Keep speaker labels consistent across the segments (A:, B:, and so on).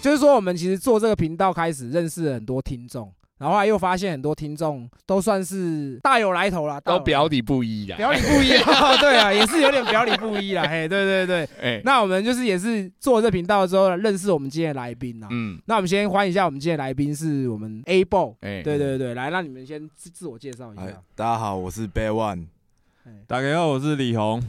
A: 就是说我们其实做这个频道开始认识了很多听众，然后后来又发现很多听众都算是大有来头啦，大
B: 都
A: 有来头
B: 表里不一啦。
A: 啊表里不一啊， 对啊，也是有点表里不一 啦，嘿，对对对。
B: 哎，
A: 那我们就是也是做这频道之后，认识我们今天的来宾啊。
B: 嗯，
A: 那我们先欢迎一下我们今天的来宾是我们 A b o
B: 哎，
A: 对对对，来，让你们先自自我介绍一
C: 哎
A: 下。，
C: 大家好，我是 Bear One，
A: 哎
D: 大家好，我是李红。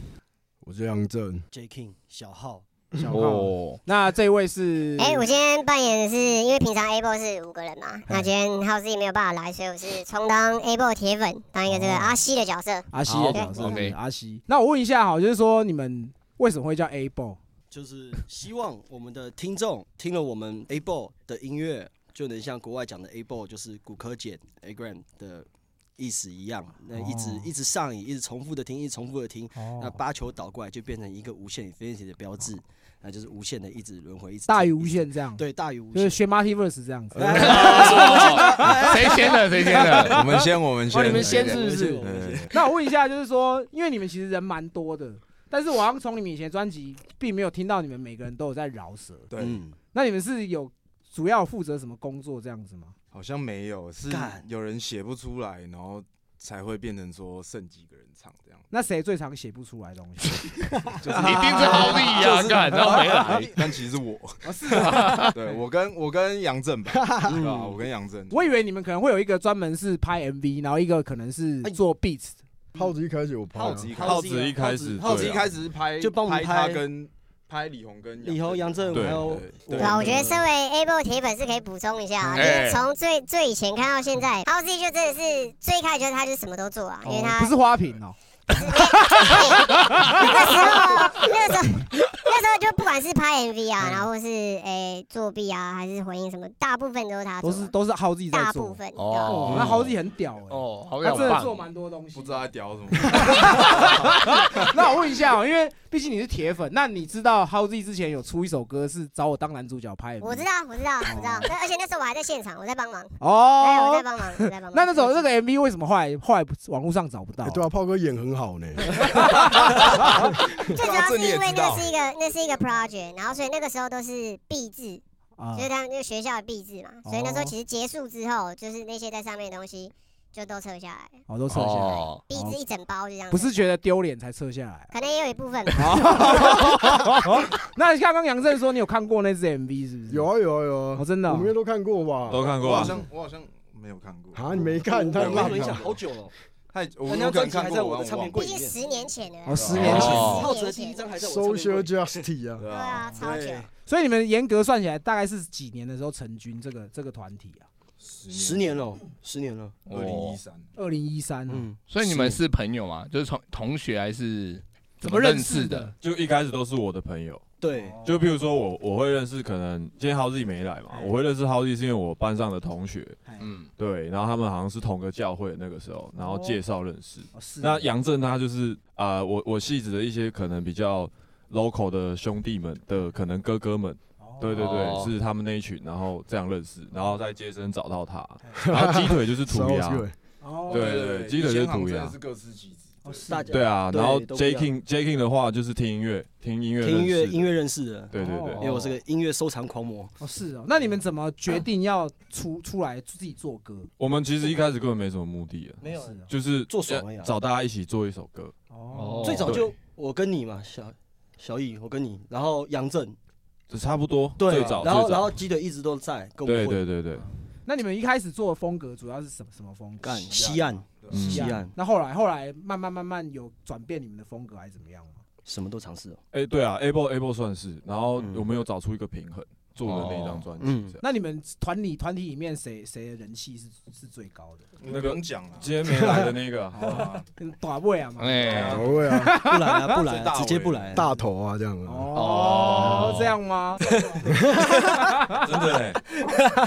C: 我是杨正，
E: J King 小号，
A: 小浩，
B: 哦，
A: 那这位是
F: 哎、我今天扮演的是，因为平常 Able 是五个人嘛，
A: 嗯
F: 那今天浩自己没有办法来，所以我是充当 Able 铁粉，当一个这个
A: 哦
F: 阿西的角色。
A: 阿西的角
B: 好
A: 色
B: ，OK，
A: 阿西。那我问一下哈，就是说你们为什么会叫 A b o
E: 就是希望我们的听众听了我们 A b o 的音乐，就能像国外讲的 A b o 就是骨科碱 A gram 的意思一样，那一直、
A: 哦
E: 一直上瘾，一直重复的听，一直重复的听，那
A: 哦，
E: 八球倒过来就变成一个无限 infinity 的标志，那就是无限的一直轮回，一直
A: 大于
E: 听
A: 无， 限这样，
E: 一直，对，大于无
A: 就是
E: 限。
A: 学 Multiverse 这样子。
E: 哎
B: 谁先的？谁先的？
C: 我们先，我们
A: 哦，
C: 先，
A: 你们先
B: 对
A: 是
E: 对
A: 不
E: 对
A: 是
E: 对？
C: 对，
A: 那我问一下，就是说，因为你们其实人蛮多的，但是我好像从你们以前专辑并没有听到你们每个人都有在饶舌。
C: 对，
E: 嗯，
A: 那你们是有主要负责什么工作这样子吗？
C: 好像没有，是
E: 干
C: 有人写不出来，然后才会变成说剩几个人唱这样，
A: 那谁最常写不出来的 东西？
C: 就是
B: 一定是好力
A: 啊
B: 呀，干，然后没来。，
C: 但其实是我，
A: 哦，是 啊，
C: 对我跟我跟杨正吧，对吧？
E: 嗯
C: 我跟杨正，
A: 我以为你们可能会有一个专门是拍 MV，然后一个可能是做 beats 的。
G: 耗哎子一开始我拍啊、
C: 浩子一开始
D: 耗子一开始，
C: 浩子
D: 对
C: 一
D: 啊
C: 开始是拍，
E: 就帮我们
C: 拍他
E: 拍
C: 跟拍李红跟
E: 李宏、杨振
C: 正，
D: 对
E: 还有
C: 对
F: 对啊，我觉得身
E: 微
F: 为 Able 铁粉是可以补充一下
A: 嗯
F: 啊，因
B: 哎
F: 为从最最以前看到现在，浩自己就真的是最一开始就是他就是什么都做啊，因为
A: 哦
F: 他
A: 不是花瓶 哦，
F: 那时候，那时候， 那时候就不管是拍 MV
A: 嗯
F: 啊，然后或是诶、作弊啊，还是回应什么，大部分都是他做
A: 都
F: 啊，
A: 是都是浩自己在
F: 大
A: 做
F: 部。分。
B: 哦
A: 哦，那浩自己很屌哎，
B: 哦，好
A: 他
B: 像
A: 真的
B: 棒
A: 做。蛮多东西。
C: 不知道在屌什么，
A: 那我问一下哦，因为毕竟你是铁粉，那你知道 h o w z 之前有出一首歌是找我当男主角拍的吗？
F: 我知道，我知道，我知道。那而且那时候我还在现场，我在帮忙，哎，我在
A: 哦。
F: 帮忙，我在帮忙。
A: 那那种那个 MV 为什么后来后来网络上找不到
G: 哎？对啊，炮哥演很好呢。
F: 最主要是因为那个是一个那是一个 project，然后所以那个时候都是毕制，
A: 啊
F: 就是他们那个学校的毕制嘛，所以那时候其实结束之后，就是那些在上面的东西就都撤下来，
A: 我都撤下来，
B: 哦，
F: 毕制一整包就这样子。
A: 不是觉得丢脸才撤下来。
F: 可能也有一部分吧。
A: 那刚刚杨振说你有看过那支 MV 是不是？
G: 有啊有啊有啊，
A: 哦，真的
G: 我
A: 哦
G: 们也都看过吧？
D: 都看
C: 我
D: 过
C: 好
D: 啊，
C: 像我好像没有看过
G: 啊，你没看，你太
E: 我
G: 烂
E: 回想
G: 了。
E: 好久了，
C: 太，我
E: 那张
C: 我可
E: 专
C: 能
E: 辑
C: 看
E: 还
C: 过，
E: 在
C: 我
E: 我的唱片柜
F: 毕
E: 里
F: 竟
E: 面。
F: 十年前了，
A: 哦 十
F: 对啊
A: 年前
B: 哦
E: 浩子的
F: 十年
E: 第
F: 前
E: 一张还在我的唱片柜
G: Social Justice 啊，
C: 对
F: 对啊，超久。
A: 所以你们严格算起来大概是几年的时候成军这个这个团体啊？
E: 十年了，十年了，
A: 哦
C: 二零一三，
A: 二零一三，
E: 嗯，
B: 所以你们是朋友吗？就是从同学还是
A: 怎
B: 怎
A: 么
B: 么
A: 认
B: 认
A: 识
B: 识
A: 的
B: 的？
D: 就一开始都是我的朋友。
E: 对，
D: 就譬如说我，我会认识，可能今天浩志没来嘛，我会认识浩志是因为我班上的同学，
B: 嗯，
D: 对，然后他们好像是同个教会那个时候，然后介绍认识。
A: 哦是
D: 那杨振他就是啊、呃我我系子的一些可能比较 local 的兄弟们的可能哥哥们，对对对，
B: 哦
D: 是他们那一群，然后这样认识，然后在街声找到他，
C: 哎
D: 然后鸡腿就是涂 鸦，
G: Soul Justice
A: 哦
D: 对基本就是涂鸦
C: 是各司其职。
A: 哦是
E: 大家
D: 对啊，
E: 对
D: 然后
E: 都不一
D: J
E: 样
D: King J King 的话就是听音乐，听音乐认识
E: 听音
D: 的，
E: 乐音乐认识的，
D: 对对对
A: 哦
E: 因为我是个音乐收藏狂魔。
A: 哦是哦，那你们怎么决定要出出来自己做歌？
D: 我们其实一开始根本没什么目的的，
E: 没有啊
A: 是哦
D: 就是
E: 做爽而已啊
D: 找大家一起做一首歌，
A: 哦
B: 哦
E: 最早就我跟你嘛，小小易，我跟你，然后杨震，
D: 就差不多。
E: 对啊
D: 最，早
E: 然后
D: 最早
E: 然后鸡腿一直都在跟我
D: 对
E: 们混
D: 对对对，
A: 那你们一开始做的风格主要是什么什么风格
E: 干？西岸
D: 嗯
E: 西
A: 西
E: 岸
A: 那后来后来慢慢慢慢有转变你们的风格还是怎么样吗？
E: 什么都尝试哦，
D: 哎、对啊，Able Able 算是，然后
E: 嗯
D: 我们有找出一个平衡，做的那张专辑
E: 嗯
D: 这样。
A: 那你们团里团体里面谁谁的人气是是最高的？
C: 那个不用讲了，
D: 今天没来的 那个啊，
A: 嗯短位啊嘛。
B: 哎，
G: 不会啊，
E: 不来啊不 来
C: 最大
E: 啊，
C: 尾
E: 直接不来啊，
G: 大头啊这样啊，
A: 哦
B: 哦，
A: 这样 吗？
D: 真的嘞，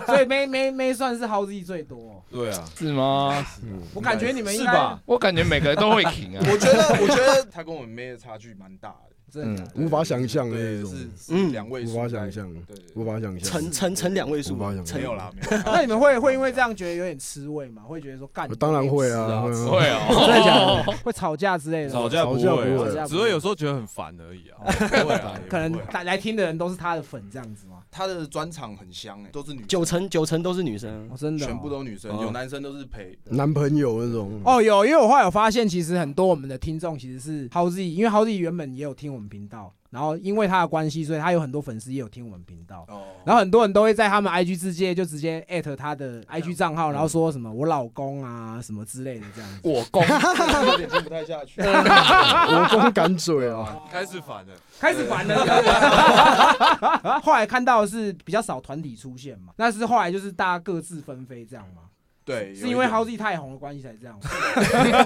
A: 所以没没没算是 h o z 最多哦。
D: 对啊，
B: 是吗？
G: 嗯
A: 我感觉你们应
D: 是
A: 该
D: 吧？
B: 我感觉每个人都会挺啊。
C: 我觉得我觉得他跟我们妹的差距蛮大的，
A: 真的
B: 嗯
A: 假的
G: 无法想象的
C: 对
G: 那种，
C: 是是
E: 嗯
C: 两位数
G: 无
C: 在，
G: 法想象，
C: 对，对，对
G: 无法想象。
E: 成成成两位数
G: 无法，想
E: 成
C: 没有啦，没有啦。
A: 那你们会会因为这样觉得有点吃味吗？会觉得说干？
G: 当然会
A: 你
G: 啊，
B: 不
G: 会
B: 会
G: 啊
A: 真的假
B: 哦，
A: 的？会吵架之类
E: 哎
A: 的吗？
D: 吵架不
G: 吵架不
A: 会啊
D: 会，啊只会有时候觉得很烦而已啊。
E: 哦
C: 不会啦，
A: 可能
C: 也不会
D: 啊
A: 来来听的人都是他的粉这样子吗？
C: 他的专场很香哎，都是女生
E: 九成九成都是女生
A: 哦，，真的哦，
C: 全部都女生，
D: 哦
C: 有男生都是陪。
G: 男朋友那种。
A: 哦，有，因为我后来有发现，其实很多我们的听众其实是 Howzy，因为 Howzy 原本也有听我们频道，然后因为他的关系，所以他有很多粉丝也有听我们频道。
C: 哦，
A: 然后很多人都会在他们 IG 直接就直接艾特他的 IG 账号，
C: 嗯
A: 然后说什么我老公啊什么之类的这样子，
B: 我攻，
C: 有点听不太下 去。
G: 我公敢嘴啊，
D: 开始烦了，
A: 开始 烦了。 后来看到的是比较少团体出现嘛，那是后来就是大家各自纷飞这样嘛，
C: 对，
A: 是因为
C: 好
A: Howzy 太红的关系才 这样吗，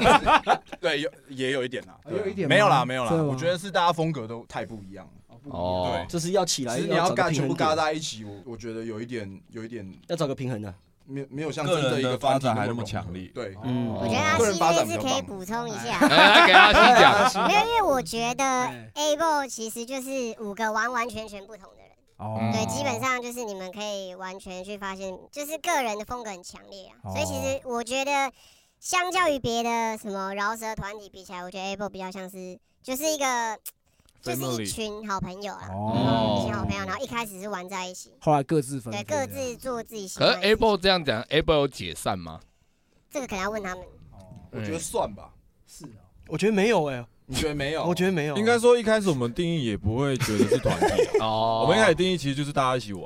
C: 对有也有一点啦，
A: 哦有一点吗
C: 没有啦，没有啦
A: 真的。吗
C: 我觉得是大家风格都太不一样了。
A: 哦不一样
B: 哦，
E: 就是要起来，
C: 其实你要
E: 找个
C: 尬
E: 平
C: 全部
E: 衡
C: 尬
E: 点，
C: 在一起，我我觉得有一点有一点
E: 要找个平衡的。啊
C: 没没有像真
D: 个
C: 的
D: 人
C: 一个
D: 的
C: 团
D: 发
C: 体
D: 展还那么
C: 融洽
D: 强烈。
C: 对，
E: 嗯
F: 我觉得
A: 哦
F: 阿
C: 个
F: 西
C: 人发
F: 这
C: 展
F: 次
C: 比较
F: 可以
C: 棒
F: 补充一
B: 哎
F: 下，
B: 来给阿西讲，
F: 没有，因为我觉得
A: 哎
F: Able 其实就是五个完完全全不同的人，
A: 哦
F: 对，基本上就是你们可以完全去发现，就是个人的风格很强烈啊，所以其实我觉得，相较于别的什么饶舌团体比起来，我觉得 Able 比较像是就是一个就是一
D: Family
F: 群好朋友啦，啊
A: 哦
F: 一群好朋友，然后一开始是玩在一起，
A: 后来各自分
F: 对，
A: 飞，
F: 各自做自己喜欢
B: 哦可哎
F: 的
B: 是
F: 事情。
B: Able 这样讲，Able 有解散吗？哎
F: 这个可能要问他们。
C: 我觉得算吧。
A: 是哦
E: 我觉得没有哎，
C: 你觉得没有？
E: 我觉得没有，
D: 应该说一开始我们定义也不会觉得是团体，
B: 哦
D: 我们一开始定义其实就是大家一起玩。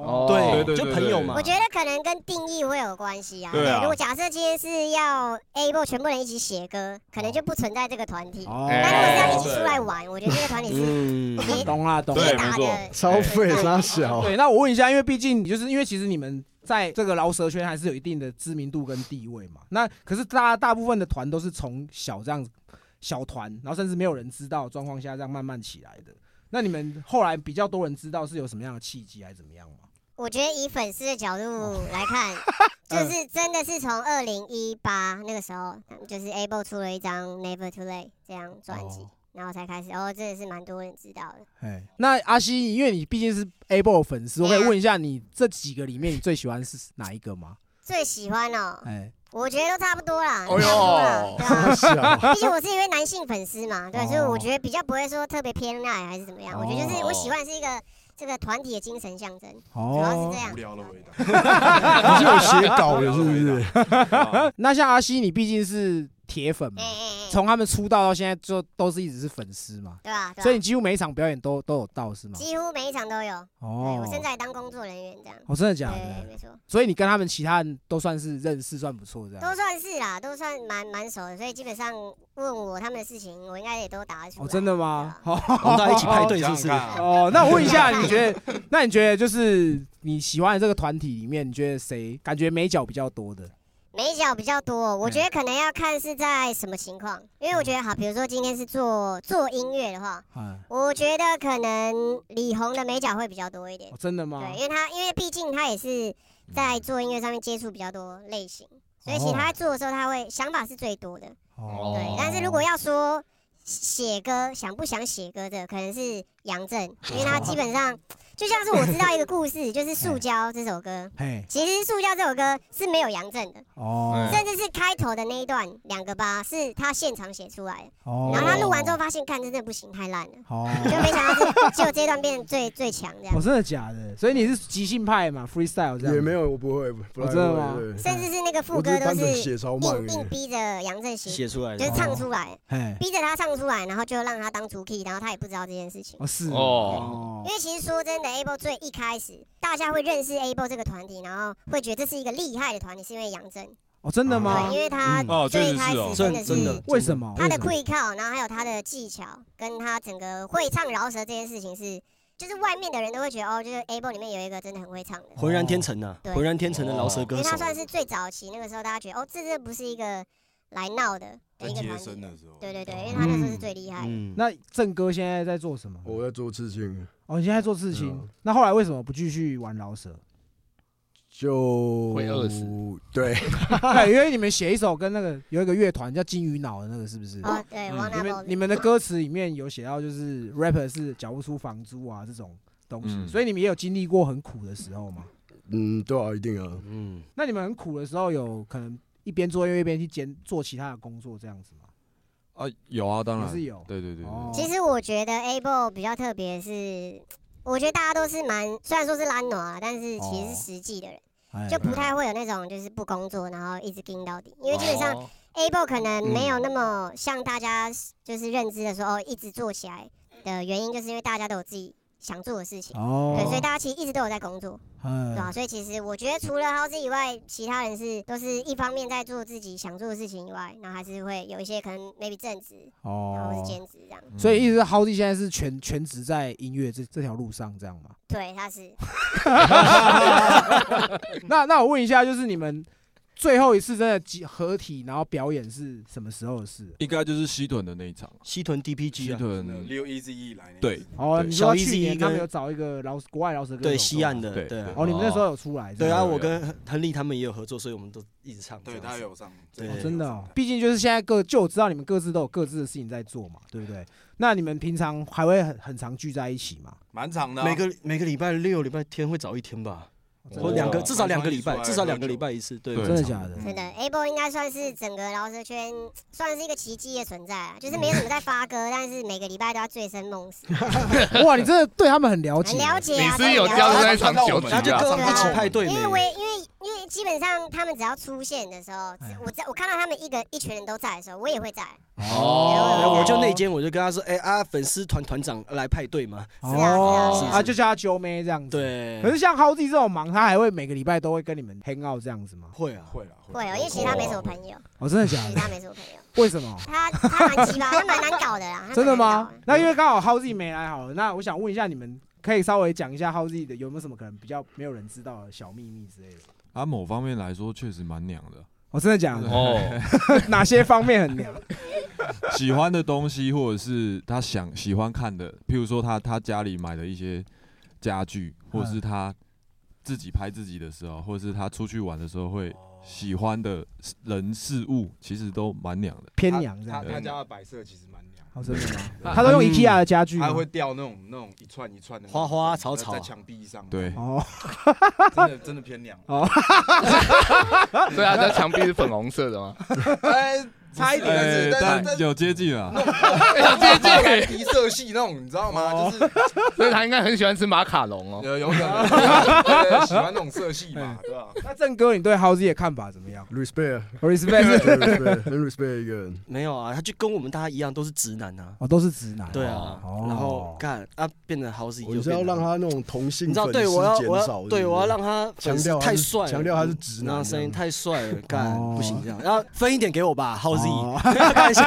A: 哦
B: 对
D: 对对
E: 就
D: 对
E: 朋友嘛
F: 我觉得可能跟定义会有关系啊。
D: 对啊
F: 如果假设今天是要 able 全部人一起写歌，可能就不存在这个团体。
A: 哦
F: 但
B: 哎
F: 如果是要一起出来玩，我觉得这个团体是
E: 嗯，
F: 铁
A: 懂啦懂啦啊
F: 铁
D: 对没
F: 打
D: 错
F: 的。
G: 超费沙小，
A: 对，那我问一下，因为毕竟你就是因为其实你们在这个饶舌圈还是有一定的知名度跟地位嘛。那可是大家大部分的团都是从小这样子小团，然后甚至没有人知道的状况下这样慢慢起来的。那你们后来比较多人知道是有什么样的契机还是怎么样吗？
F: 我觉得以粉丝的角度来看，就是真的是从二零一八那个时候，就是 able 出了一张 Never Too Late 这张专辑，然后才开始哦，真的是蛮多人知道的。
A: 哎，那阿西，因为你毕竟是 Able 的粉丝，我可以问一下，你这几个里面你最喜欢是哪一个吗？
F: 最喜欢哦，
A: 哎，
F: 我觉得都差不多啦，
B: 哎
F: 差不
B: 呦
F: 多啦，对啊
G: 沙小，
F: 毕竟我是一位男性粉丝嘛，对，所以我
A: 哦
F: 觉得比较不会说特别偏爱还是怎么样。我觉得就是我喜欢是一个这个团体的精神象 征，主要
A: 哦
F: 是这样
C: 无。聊的味道。
G: 你是有写稿的，是不是？
A: 那像阿西，你毕竟是铁粉嘛
F: 哎，哎哎，
A: 从他们出道到现在就都是一直是粉丝嘛。
F: 对啊吧？对吧
A: 所以你几乎每一场表演都都有到是吗？
F: 几乎每一场都有。对，
A: 哦
F: 我现在也当工作人员这样。
A: 哦，真的假
F: 对，
A: 的？
F: 没错，
A: 所以你跟他们其他人都算是认识，算不错这
F: 都
A: 样。
F: 算是啦，都算蛮蛮熟的，所以基本上问我他们的事情，我应该也都答得出来。
A: 哦，真的吗？
F: 对啊？
A: 哦，
E: 我们大家一起派对是不是
C: 想？想看啊
A: 哦，那我问一下，你觉得？那你觉得就是你喜欢的这个团体里面，你觉得谁感觉美角比较多的？
F: 美角比较多，我
A: 嗯
F: 觉得可能要看是在什么情况，因为我觉得好，比如说今天是做做音乐的话，
A: 啊，
F: 我觉得可能李红的美甲会比较多一点
A: 哦，，真的吗
F: 对，？因为他因为毕竟他也是在做音乐上面接触比较多类型，所以其实他在做的时候他会想法是最多的，
A: 哦，
F: 对。但是如果要说写歌想不想写歌的，可能是杨振，因为他基本上就像是我知道一个故事，
A: 哎
F: 就是《塑胶》这首歌，
A: 嘿，
F: 其实《塑胶》这首歌是没有杨振的，
A: 哦，
F: 甚至是开头的那一段两个八是他现场写出来的，
A: 哦，
F: 然后他录完之后发现，看真的不行，太烂了。就
A: 哦，
F: 没想到是只有这一段变得最最强这样
A: 哦，，真的假的？所以你是即兴派嘛，freestyle 这样？
G: 也没。有，我不会，不不
A: 哦
G: 太
A: 真的吗
G: 会。对
F: 甚至是那个副
G: 我只
F: 歌
G: 是
F: 都
G: 单纯
F: 是
G: 写超慢而
F: 硬
G: 已，哦
F: 硬逼着杨振兴，
E: 写出来
F: 就
E: 的
F: 是唱出来，
A: 嘿，
F: 逼着他唱出来，然后就让他当主 key，然后他也不知道这件事情。
E: 啊
A: 哦是
B: 哦
F: 因为其实说真的，Able 最一开始大家会认识 Able 这个团体，然后会觉得这是一个厉害的团体，是因为杨振，
A: 哦，真的吗嗯
F: 对，？因为
G: 嗯
F: 他
D: 哦确
F: 最
D: 实
F: 一开
D: 是哦
F: 始真的
E: 真的
F: 是
A: 为什
G: 哦
A: 么？
F: 他的
A: 为什么
F: quick call，然后还有他的技巧，跟他整个会唱饶舌这件事情是，就是外面的人都会觉得哦，就是 Able 里面有一个真的很会唱的。
E: 浑然天成啊，
F: 对哦
E: 浑然天成的饶舌
F: 因
E: 歌
F: 为
E: 手
F: 他，算是最早期那个时候，大家觉得哦，这这不是一个来闹的的
C: 在
F: 一个
C: 接
F: 团
C: 生
F: 体。
C: 的时候，
F: 对对对，因为他那时候是最厉害的。
E: 嗯，
A: 那正哥现在在做什么？
G: 我在做刺青，
A: 哦，你现在在做刺青
G: 对啊，
A: 那后来为什么不继续玩饶舌？
G: 就
B: 会饿死。
G: 对，
A: 对，因为你们写一首跟那个有一个乐团叫金鱼脑的那个是不是？
F: 哦，对，
B: 嗯
F: 王
A: 你
F: 大宝
A: 们，你们的歌词里面有写到，就是 rapper 是缴不出房租啊这种东西，
D: 嗯
A: 所以你们也有经历过很苦的时候吗？
G: 嗯，对啊，一定啊。
E: 嗯，
A: 那你们很苦的时候，有可能一边做音乐一边去兼做其他的工作这样子吗？
D: 啊，有啊，当
A: 也
D: 然
A: 是有。
D: 对对对对
A: 哦
F: 其实我觉得 Able 比较特别是，我觉得大家都是蛮，虽然说是懒惰啊，但是其
A: 哦
F: 实是实际的人，
E: 哦
A: 哎
F: 就不太会有那种就是不工作然后一直盯到底，因为基本上
B: 哦
F: Able 可能没有那么像大家就是认知的说哦一直做起来的原因，就是因为大家都有自己想做的事情。对，所以
A: 哦，
F: 大家其实一直都有在啊工作，对吧、
A: 嗯，
F: 所以其实我觉得除了 House 以外，其他人是都是一方面在做自己想做的事情以外，然后还是会有一些可能 maybe 正职，然后或
A: 哦
F: 是，兼职这样。
A: 所以意思是 Howdy 现在是全全职在音乐这这条路上这样吗？
F: 对，他是嗯
A: 那那我问一下，就是你们最后一次真的集合体然后表演是什么时候的事？
D: 应该就是西屯的那一场，
E: 西屯
D: 西
E: DPG 啊，
C: 真的
D: 屯
C: 六 E Z E 来那
D: 对
C: 次，
A: 哦，
D: 对
A: 你说
E: 小
A: 去
E: Easy
A: 年他们
E: 跟
A: 有找一个老国外老手歌
E: 对
A: 手
E: 西岸的，
D: 对
E: 对啊
D: 对
A: 哦，你们那时候有出来？
E: 对啊，
A: 是
E: 我跟亨利他们也有合作，所以我们都一直唱这
C: 对
E: 样子。
C: 他有上，
A: 不是
E: 对
A: 哦
C: 他
A: 真
C: 有
A: 的
C: 上
A: 哦
C: 台，
A: 毕竟就是现在各就我知道你们各自都有各自的事情在做嘛，对不对？那你们平常还会很很常聚在一起吗？
C: 蛮长的啊，
E: 每个每个礼拜六、礼拜天会早一天吧，
A: 哦真
E: 或哦
A: 的
E: 两个，
A: 吗
E: 至少两个礼拜
C: 晚，上一起
E: 至
C: 出来
E: 少两个礼拜一次。对，
D: 对
A: 真的假的？
F: 真的，Able 应该算是整个饶舌圈算是一个奇迹的存在啊，就是没什么在发歌，但是每个礼拜都要醉生梦 死，
A: 哇，你真的对他们很了解
F: 很。了解
B: 你
F: 啊。
B: 是有
A: 哦
F: 真的
B: 加
F: 了
B: 入
F: 解
B: 那一场酒局
E: 他就
B: 啊？
E: 跟我
F: 对
E: 们
F: 啊
E: 一起派对
F: 因为我
E: 没？
F: 也因为因为基本上他们只要出现的时候，只我在我看到他们一个一群人都在的时候，我也会在。
E: 然
B: 哦
E: 后我就那间我就跟他说，哎啊，粉丝团团长来派对嘛。
F: 是啊是啊是
A: 哦
F: 啊
A: 啊，就叫他揪妹这样子。。
E: 对，
A: 可是像 Howdy 这种忙，他还会每个礼拜都会跟你们 hang out 这样子吗？
E: 会啊，
C: 会了，
F: 会哦，因为其实他没什么朋友，
A: 哦，真的假
F: 其实
A: 的？
F: 他没什么朋友，
A: 为什么？
F: 他他蛮奇葩，他蛮难搞的啦。他蛮难搞
A: 真的吗？那
F: 嗯
A: 因为刚好 Howdy 没来好了，那我想问一下你们。可以稍微讲一下 Howdy 的有没有什么可能比较没有人知道的小秘密之类的？
D: 啊，某方面来说确实蛮娘的，
A: 哦，真的假的？
B: 哦，
A: 哪些方面很娘？
D: 喜欢的东西或者是他想喜欢看的，譬如说他他家里买的一些家具，
C: 嗯
D: 或者是他自己拍自己的时候，或者是他出去玩的时候会喜欢的人事物，其实都蛮娘的。
A: 偏娘这
C: 他
A: 样子？
C: 他家的摆设其实蛮娘的，
A: 哦，真的吗？他都用
D: 嗯
A: IKEA 的家具吗
C: 他会掉那种那种一串一串的那
E: 花
C: 种
E: 花草草
C: 在墙壁上，啊
D: 对，
A: 哦，，
C: 真的真的偏娘
A: 哦
D: 哦
B: 对啊，那墙壁是粉红色的吗？
C: 哎，差一点，但
D: 呃
E: 哎
C: 是但
D: 但
C: 但
D: 有接近啊，
B: 接近，
C: 敌色系那种，你知道吗？就是
B: 所以他应该很喜欢吃马卡龙哦。
C: 有有可能 对喜欢那种色系嘛，对吧？
A: 那郑哥，你对 Howzy 的看法怎么样
G: respect，
A: ？respect
G: 对 respect，很 respect 一个人。
E: 没有啊，他就跟我们大家一样都是直男啊。
A: 哦，都是直男。
E: 对啊，
A: 哦
E: 然后干啊，变得好死，
G: 我就是要让他那种同性
E: 你知道，
G: 粉丝
E: 对我要
G: 减
E: 我
G: 少
E: 要，
G: 不
E: 对我要让他
G: 强
E: 粉丝
G: 调他
E: 太
G: 是
E: 帅了，
G: 强调他是
A: 嗯
G: 直
E: 然
G: 男
E: 后
G: 这
E: 声音
G: 样。
E: 太帅了，干
A: 哦
E: 不行这样，然后分一点给我吧，好自己。
A: 哦
E: 开玩笑，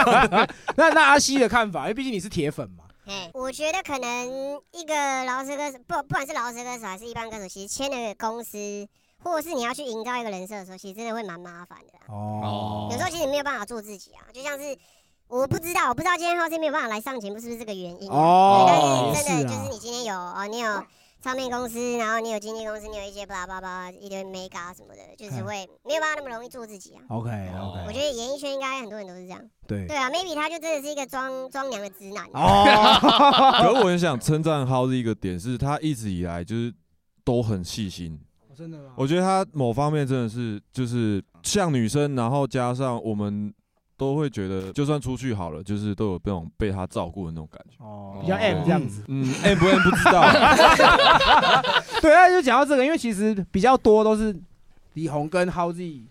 A: 那 那阿西的看法，因为毕竟你是铁粉嘛。
F: 哎，我觉得可能一个饶舌歌手，不不管是饶舌歌手还是一般歌手，其实签了公司，或者是你要去营造一个人设的时候，其实真的会蛮麻烦的啦。
A: 哦
F: 有时候其实没有办法做自己啊，就像是我不知道，我不知道今天浩天没有办法来上节目是不是这个原因啊、
A: 哦
F: 对，但是
A: 是
F: 真的
A: 啊
F: 就是你今天有哦，你有唱片公司，然后你有经纪公司，你有一些巴拉巴拉一堆 mega 什么的，就是
A: 嗯
F: 会没有办法那么容易做自己啊。
A: OK
F: 我
A: OK，
F: 觉得演艺圈应该很多人都是这样，
A: 哎对
F: 对。啊，maybe 他就真的是一个装装娘的直男啊，
A: 哦，
D: 可是我很想称赞 h o w 一个点是，他一直以来就是都很细心，
A: 哦真的吗？
D: 我觉得他某方面真的是就是像女生，然后加上我们都会觉得，就算出去好了，就是都有那种被他照顾的那种感觉。
A: 哦，比较 M 这样子。
D: 嗯，M 不 M 不知道， 啊
A: 对，那就讲到这个，因为其实比较多都是李红跟 Howzy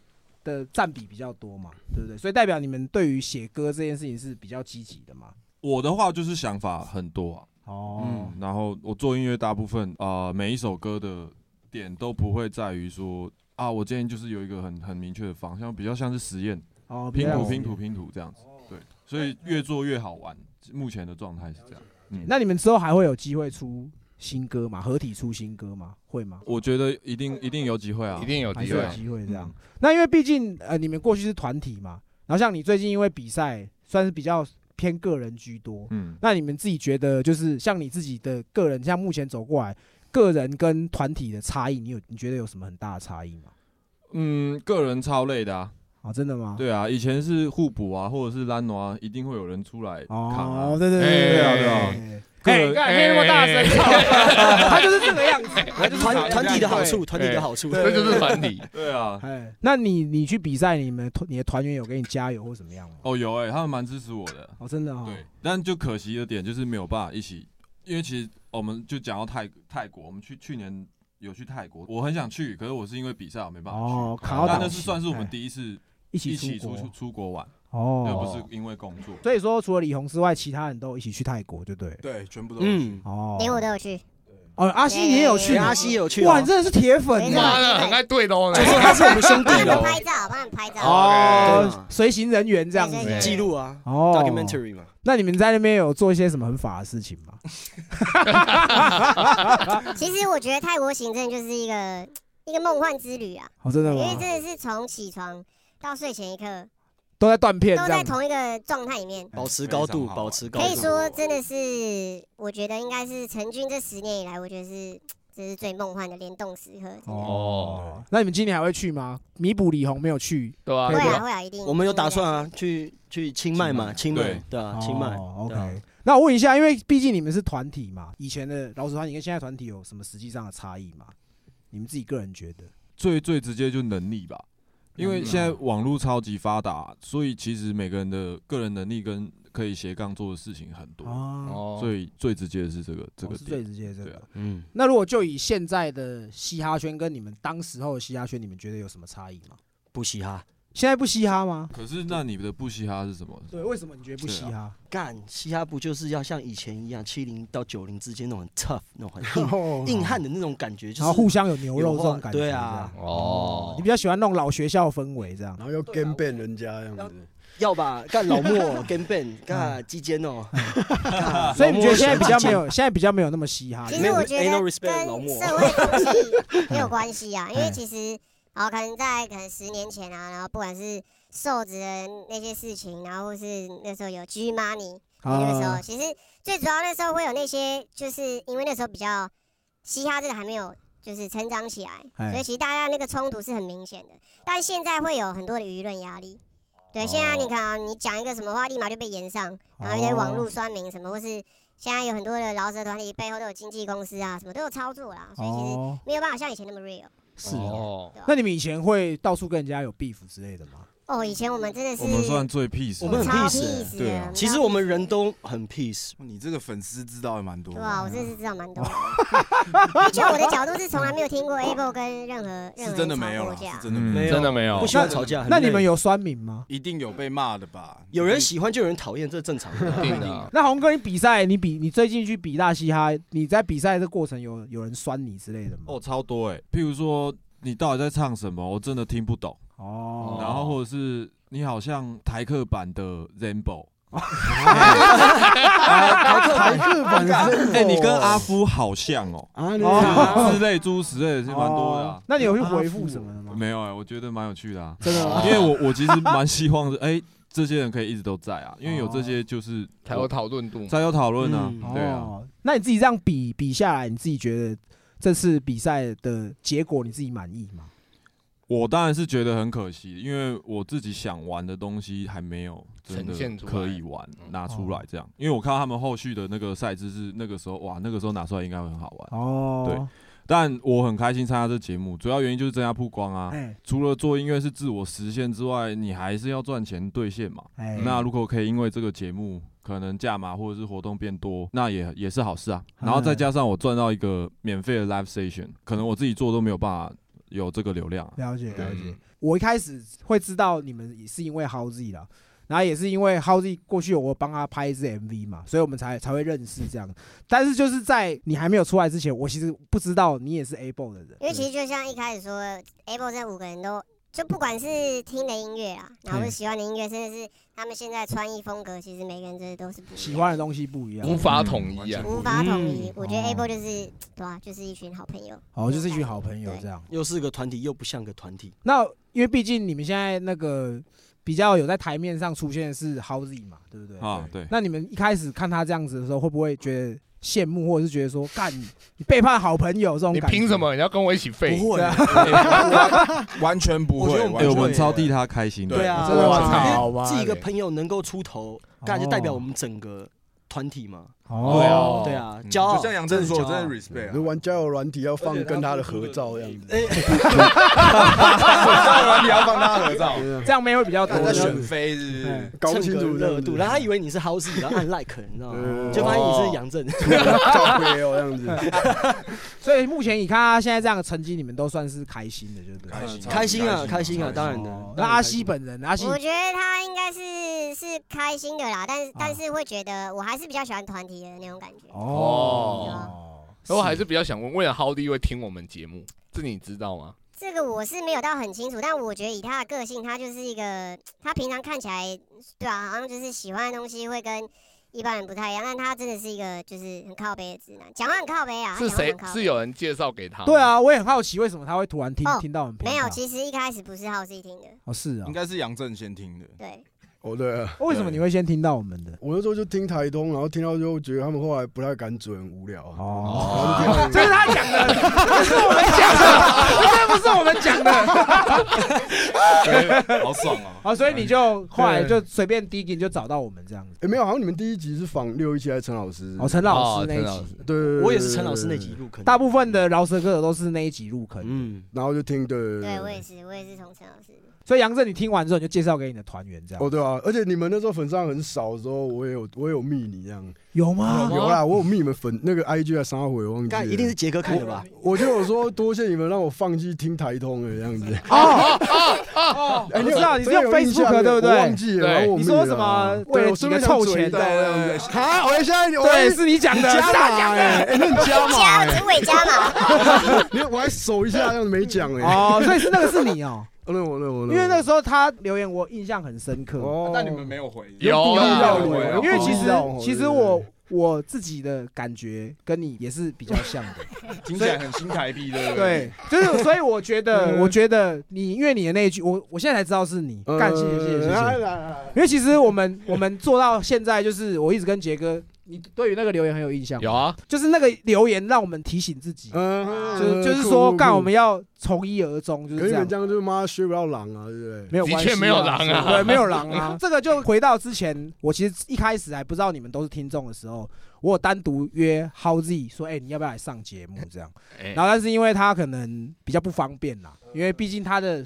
A: 的占比比较多嘛，对不对？所以代表你们对于写歌这件事情是比较积极的嘛。
D: 我的话就是想法很多啊，
A: 哦
D: 嗯，，然后我做音乐大部分啊、呃每一首歌的点都不会在于说啊，我今天就是有一个很很明确的方向，比较像是实验，
A: 哦，
D: 拼
A: 比
D: 图
A: 较
D: 拼图拼图这样
A: 哦
D: 子，对，所以越做越好玩，目前的状态是这样。
A: 那你们之后还会有机会出新歌吗？合体出新歌吗？会吗？
D: 我觉得一定一定有机会啊，
B: 一定有
A: 还
B: 机
A: 是
B: 会
A: 有
B: 啊。
A: 机会这样。那因为毕竟呃，你们过去是团体嘛，然后像你最近因为比赛，算是比较偏个人居多。
D: 嗯，
A: 那你们自己觉得，就是像你自己的个人，像目前走过来，个人跟团体的差异，你有你觉得有什么很大的差异吗？
D: 嗯，个人超累的啊，
A: 啊，真的吗？
D: 对啊，以前是互补啊，或者是拉挪啊，一定会有人出来扛
A: 哦，
D: 啊。
A: 对对对
D: 哎
A: 对
D: 对啊
A: 对
D: 个
A: 对。
D: 人哎
A: 嘿，哎干嘿那么大声，操 他就是这个样子，他就是这个样
E: 团
A: 子
E: 团体的好处，
A: 对
E: 团体的好处，
B: 这就是团体。
D: 对啊，
A: 哎，那你你去比赛，你们团你的团员有给你加油或怎么样吗？
D: 哦有哎、他们蛮支持我的。
A: 哦，真的哦，
D: 对，但就可惜的点就是没有办法一起，因为其实我们就讲到泰泰国，我们去去年有去泰国，我很想去，可是我是因为比赛我没办法去。
A: 哦，卡
D: 那
A: 奥
B: 到
A: 岛
D: 那是算是我们
A: 哎
D: 第一次
A: 一
D: 一
A: 起
D: 起出
A: 出国
D: 出出国玩，而不
A: 哦，
D: 是因为工作。
A: 所以说除了李红之外，其他人都一起去泰国，对不对？
C: 对，全部都有去。
E: 嗯，
A: 哦，
F: 连我都有去，
A: 哦，阿西你也有去，
F: 对
E: 阿西有去哦，
A: 哇，你真的是铁粉
F: 没
A: 呐
F: 错
B: 妈！的，哦很爱哎对喽
E: 就说他是我们 兄弟
F: 帮他们
E: 哦，
F: 拍照，帮他们拍
B: 哦
F: 照。
E: 对
A: 哦
E: 啊，
A: 随行人员这样子
F: 对对对
E: 记录啊
A: 哦。
E: ，documentary 嘛，
A: 那你们在那边有做一些什么很法的事情吗？
F: 其实我觉得泰国行政就是一个一个梦幻之旅啊，
A: 哦，真的
F: 因为
A: 吗？
F: 真的是从起床到睡前一刻
A: 都在断片
F: 都
A: 这
F: 在
A: 样。
F: 同一个状态里面。
E: 保持高度，
B: 啊
E: 保持高
F: 可以
E: 度，
F: 说真的是，我觉得应该是陈军这十年以来，我觉得是这是最梦幻的联动时刻。真的
B: 哦，
A: 那你们今年还会去吗？弥补李红没有去，
B: 对啊
A: 可以
F: 会
A: 不
B: 对
A: 要
F: 啊
B: 啊，
F: 会啊，一定。
E: 我们有打算
F: 一
E: 啊
F: 定，
E: 去去清迈嘛，清迈
D: 对，
E: 对啊，清迈，
A: 哦，OK、
E: 对
A: o
E: 啊
A: k 那我问一下，因为毕竟你们是团体嘛，以前的老鼠团体跟现在团体有什么实际上的差异吗？你们自己个人觉得？
D: 最最直接就能力吧，因为现在网络超级发达，所以其实每个人的个人能力跟可以斜杠做的事情很多，
A: 哦，
B: 哦，
D: 所以最直接的是这个这
A: 我
D: 个
A: 是最
D: 点。
A: 直接的这
D: 对
A: 个
D: 啊。
E: 嗯，
A: 那如果就以现在的嘻哈圈跟你们当时候的嘻哈圈，你们觉得有什么差异吗？
E: 不嘻哈，
A: 现在不嘻哈吗？
D: 可是那你的不嘻哈是什么？
A: 对，为什么你觉得不嘻
D: 对啊
A: 哈？
E: 干嘻哈不就是要像以前一样，七零到九零之间那种很 tough 那种很硬
G: 哦
E: 硬汉的那种感觉，就
A: 然后互
E: 是
A: 相有牛肉这种感觉，
E: 对啊
A: 这样。
B: 哦
A: 你比较喜欢那种老学校氛围这样
G: 然。后要 game ban 人家这样子，
E: 要吧，干老莫 跟 Ben 干鸡奸 哦，
A: 嗯所以你觉得现在比较没有， 现在比较没有那么嘻哈？
F: 其
E: 没
F: 实
E: 有
F: 我觉得
E: anal
F: 跟
E: respect 老莫
F: 社会 风气也有关系啊，因为
A: 嗯
F: 其实哦，可能在可能十年前啊，然后不管是瘦子的那些事情，然后或是那时候有 G money，那个时候
A: 啊，
F: 其实最主要那时候会有那些，就是因为那时候比较嘻哈这个还没有就是成长起来，
A: 哎
F: 所以其实大家那个冲突是很明显的。但现在会有很多的舆论压力，对，现
E: 哦
F: 在你看啊，你讲一个什么话，立马就被延上，然后一些网
E: 哦
F: 络酸民什么，或是现在有很多的饶舌团体背后都有经纪公司啊，什么都有操作啦，所以其实
A: 哦，
F: 没有办法像以前那么 real。
A: 是哦。
B: 哦，
A: 那你们以前会到处跟人家有 beef 之类的吗？
F: 哦，以前我们真的是
D: 我们算最 peace，
E: 我们很
F: 超
E: peace 欸
F: peace
D: 对啊
F: 的，
E: 其实我们人都很 peace，
C: 你这个粉丝知道也蛮多的。
F: 对啊，我真是知道蛮多 的。就我的角度是从来没有听过 Able 跟任何任
C: 是
F: 何
C: 真
F: 人
C: 的没有
F: 吵
C: 啦
F: 过架
C: 是。真的没
E: 没
C: 有，
E: 有
B: 真的没有
E: 不，喜欢吵架，很
A: 那你们
E: 累
A: 有酸民吗？
C: 一定有被骂的吧？
E: 有人喜欢就有人讨厌，这正常
C: 啊
E: 的，
B: 一定 的，
A: 那红哥，你比赛，你比你最近去比大嘻哈，你在比赛的过程有有人酸你之类的吗
D: 哦，？超多哎、譬如说你到底在唱什么，我真的听不懂。
A: 哦，
D: 然后或者是你好像台客版的 哎 Rainbow，
G: 台客版的，
D: 哎、你跟阿夫好像哦、
G: 啊，你
A: 哦
D: 之类诸之类的是蛮多的、啊
A: 哦。那你有去回复什么的吗？
D: 没有哎、我觉得蛮有趣的啊，
A: 真的吗？
D: 因为我我其实蛮希望的，哎、这些人可以一直都在啊，因为有这些就是
B: 才有讨论度嘛。
D: 才有讨论啊
E: 嗯，
D: 对啊。
A: 哦，那你自己这样比比下来，你自己觉得这次比赛的结果你自己满意吗？
D: 我当然是觉得很可惜，因为我自己想玩的东西还没有真
B: 呈现
D: 的
B: 出来
D: 可以玩
B: 嗯
D: 拿出来这样。因为我看到他们后续的那个赛制是那个时候哇，那个时候拿出来应该会很好玩。
A: 哦，
D: 但我很开心参加这节目，主要原因就是增加曝光啊。
A: 哎
D: 除了做音乐是自我实现之外，你还是要赚钱兑现嘛。
A: 哎，
D: 那如果可以因为这个节目可能价码或者是活动变多，那也也是好事啊。
B: 哎
D: 然后再加上我赚到一个免费的 live station，可能我自己做都没有办法有这个流量、啊。
A: 了解了解
B: 嗯。
A: 我一开始会知道你们也是因为 Howzy 啦，然后也是因为 Howzy 过去有我帮他拍一支 MV 嘛，所以我们才才会认识这样。但是就是在你还没有出来之前，我其实不知道你也是 Able 的人，
F: 因为其实就像一开始说，Able 这五个人都就不管是听的音乐啊，然后是喜欢的音乐，甚至是他们现在穿衣风格，其实每个人真的都是不一样
A: 喜欢的东西不一样
B: 无。法统一啊
C: 嗯完全！
F: 无法统一
E: 嗯。
F: 我觉得
A: 哦
F: Able 就是对啊，就是一群好朋友。
A: 哦，就是一群好朋友这样。
E: 又是个团体又不像个团体，
A: 那因为毕竟你们现在那个比较有在台面上出现的是 Howzy 嘛，对不对？
D: 啊，对，
A: 那你们一开始看他这样子的时候，会不会觉得羡慕，或者是觉得说干你背叛好朋友这种
B: 你
A: 感觉。
B: 凭什？么你要跟我一起废？
A: 对啊，
C: 完全 不
E: 我觉
C: 会
E: 得我，们
D: 哎，
C: 完
D: 我
C: 全
D: 们
E: 对
D: 超替他开心的，
E: 对啊，
A: 真的
E: 我
A: 哇
B: 操
E: 操，
B: 妈
E: 自己一个
B: 嘞
E: 朋友能够出头，干就代表我们整个团体嘛。
B: 哦
E: 对啊，
B: 嗯
E: 骄傲。
C: 就像杨振说，真的
E: 是
C: respect 啊。
G: 如果玩交友软体要放跟他的合照这样子，
E: 哎
C: 当然你要帮他合照，
A: 这样妹会比较多哎
C: 他。在选妃是不是？
G: 搞不
E: 蹭
G: 清
E: 个
G: 楚这样
E: 热
G: 子
E: 度，然后他以为你是 House，然后按 like，你知道吗？
G: 嗯
E: 就发现你是杨 振，
G: 照片哦这样子，
A: 所以目前你看他现在这样的成绩，你们都算是开心的，对不对？
C: 开心
E: 开心啊，开心啊，
C: 超级
E: 当然的
A: 哦。那
E: 当然
A: 阿
E: 开
A: 西
E: 心，
A: 本人，阿西
F: 我觉得他应该是是开心的啦，但是
A: 啊
F: 但是会觉得我还是比较喜欢团体的那种感觉。
A: 哦，
B: 所以我还是比较想问，为了浩弟会听我们节目，这你知道吗？
F: 这个我是没有到很清楚，但我觉得以他的个性，他就是一个他平常看起来对啊，好像就是喜欢的东西会跟一般人不太一样，但他真的是一个就是很靠北的直男，讲话很靠北啊。他
B: 是
F: 讲话
B: 谁
F: 很靠？北
B: 是有人介绍给他？
A: 对，啊，我也很好奇为什么他会突然听
F: 哦
A: 听到很
F: 没有，
A: 频道
F: 其实一开始不是浩 C 听的，
A: 哦是啊
C: 应，该是杨振先听的。
F: 对，
G: 哦对啊。
A: 为什么你会先听到我们的？
G: 我那时候就听台通，然后听到之后觉得他们后来不太敢嘴，很无聊啊。
A: 哦，
G: 然后就
A: 这
G: 听
A: 是他讲的，这是我们讲的，这不是我们讲的。
C: 好 爽哦！
A: 好，所以你就后来就随便 d i g 就找到我们这样子。
G: 哎没有，好像你们第一集是访六一七还是陈老师？
A: 哦，陈老师那
B: 哦陈老
A: 一
B: 师
A: 集，
G: 对，对
E: 我也是陈老师那集。入坑，
A: 大部分的饶舌歌手都是那一集入坑。
E: 嗯，
G: 然后就听对对
F: 对我也是，我也是从陈老师。
A: 所以杨振，你听完之后你就介绍给你的团员这
G: 哦
A: 样。
G: 对啊，而且你们那时候粉上很少的时候，我也有我也有密你这样，
A: 有吗？
G: 有啦，我有密你们粉那个 IG 还是啥回我忘记了，
E: 干一定是杰哥看的吧？
G: 我就有说多谢你们让我放弃听台通的这样子。
A: 哦哦，我
G: 哎，
A: 知道你是用
G: 真的有印象
A: Facebook 对不
G: 我忘
A: 对？
G: 记了。
B: 对
G: 然后我
A: 你
G: 密
A: 说
G: 了
A: 什么
G: 啊
A: 为了
G: 对我
A: 几
G: 顺
A: 个
G: 便想
A: 臭
G: 嘴
A: 钱
G: 到这样子
C: 对，
G: 啊，我现在我
A: 对，是你讲的，是
G: 加
A: 他
G: 码
A: 讲
G: 哎，
A: 的。
G: 哎，那你加码
F: 加
G: 哎，
F: 主委加嘛，
G: 你看我还手一下，这样没讲哎。哦，
A: 哦，所以是那个是你哦，
G: 那我那我啊
A: 因为那个
G: 时
A: 时候他留言我印象很深刻。
G: 嗯哦，
C: 啊但你们没有回，
B: 有
G: 啊
B: 有
G: 有
A: 因为其
G: 哦
A: 实
G: 知道哦
A: 其实
G: 对对
A: 我我自己的感觉跟你也是比较像 的，
C: 听起来很新台币，对不对？
A: 对，就是所以我觉得
G: 嗯
A: 我觉得你因为你的那一句，我我现在才知道是你，
G: 呃
A: 干谢谢谢谢谢
G: 来
A: 谢，
G: 来来，
A: 因为其实我们我们做到现在就是我一直跟杰哥，你对于那个留言很有印象吗，
B: 有 啊，
A: 就是那个留言让我们提醒自己，
G: 嗯
A: 就是就是
G: 酷酷
A: 说
G: 酷
A: 干我们要从一而终，就
G: 可
A: 是
G: 是
A: 这
G: 你
A: 样
G: 们。这样就妈学不到狼啊，对不对？
A: 没有
B: 的
A: 关
B: 确
A: 系
B: 没有狼啊
A: 对，没有狼 啊。这个就回到之前，我其实一开始还不知道你们都是听众的时候，我有单独约 Howzy 说，哎、你要不要来上节目这样？
B: 哎
A: 然后但是因为他可能比较不方便啦，因为毕竟他的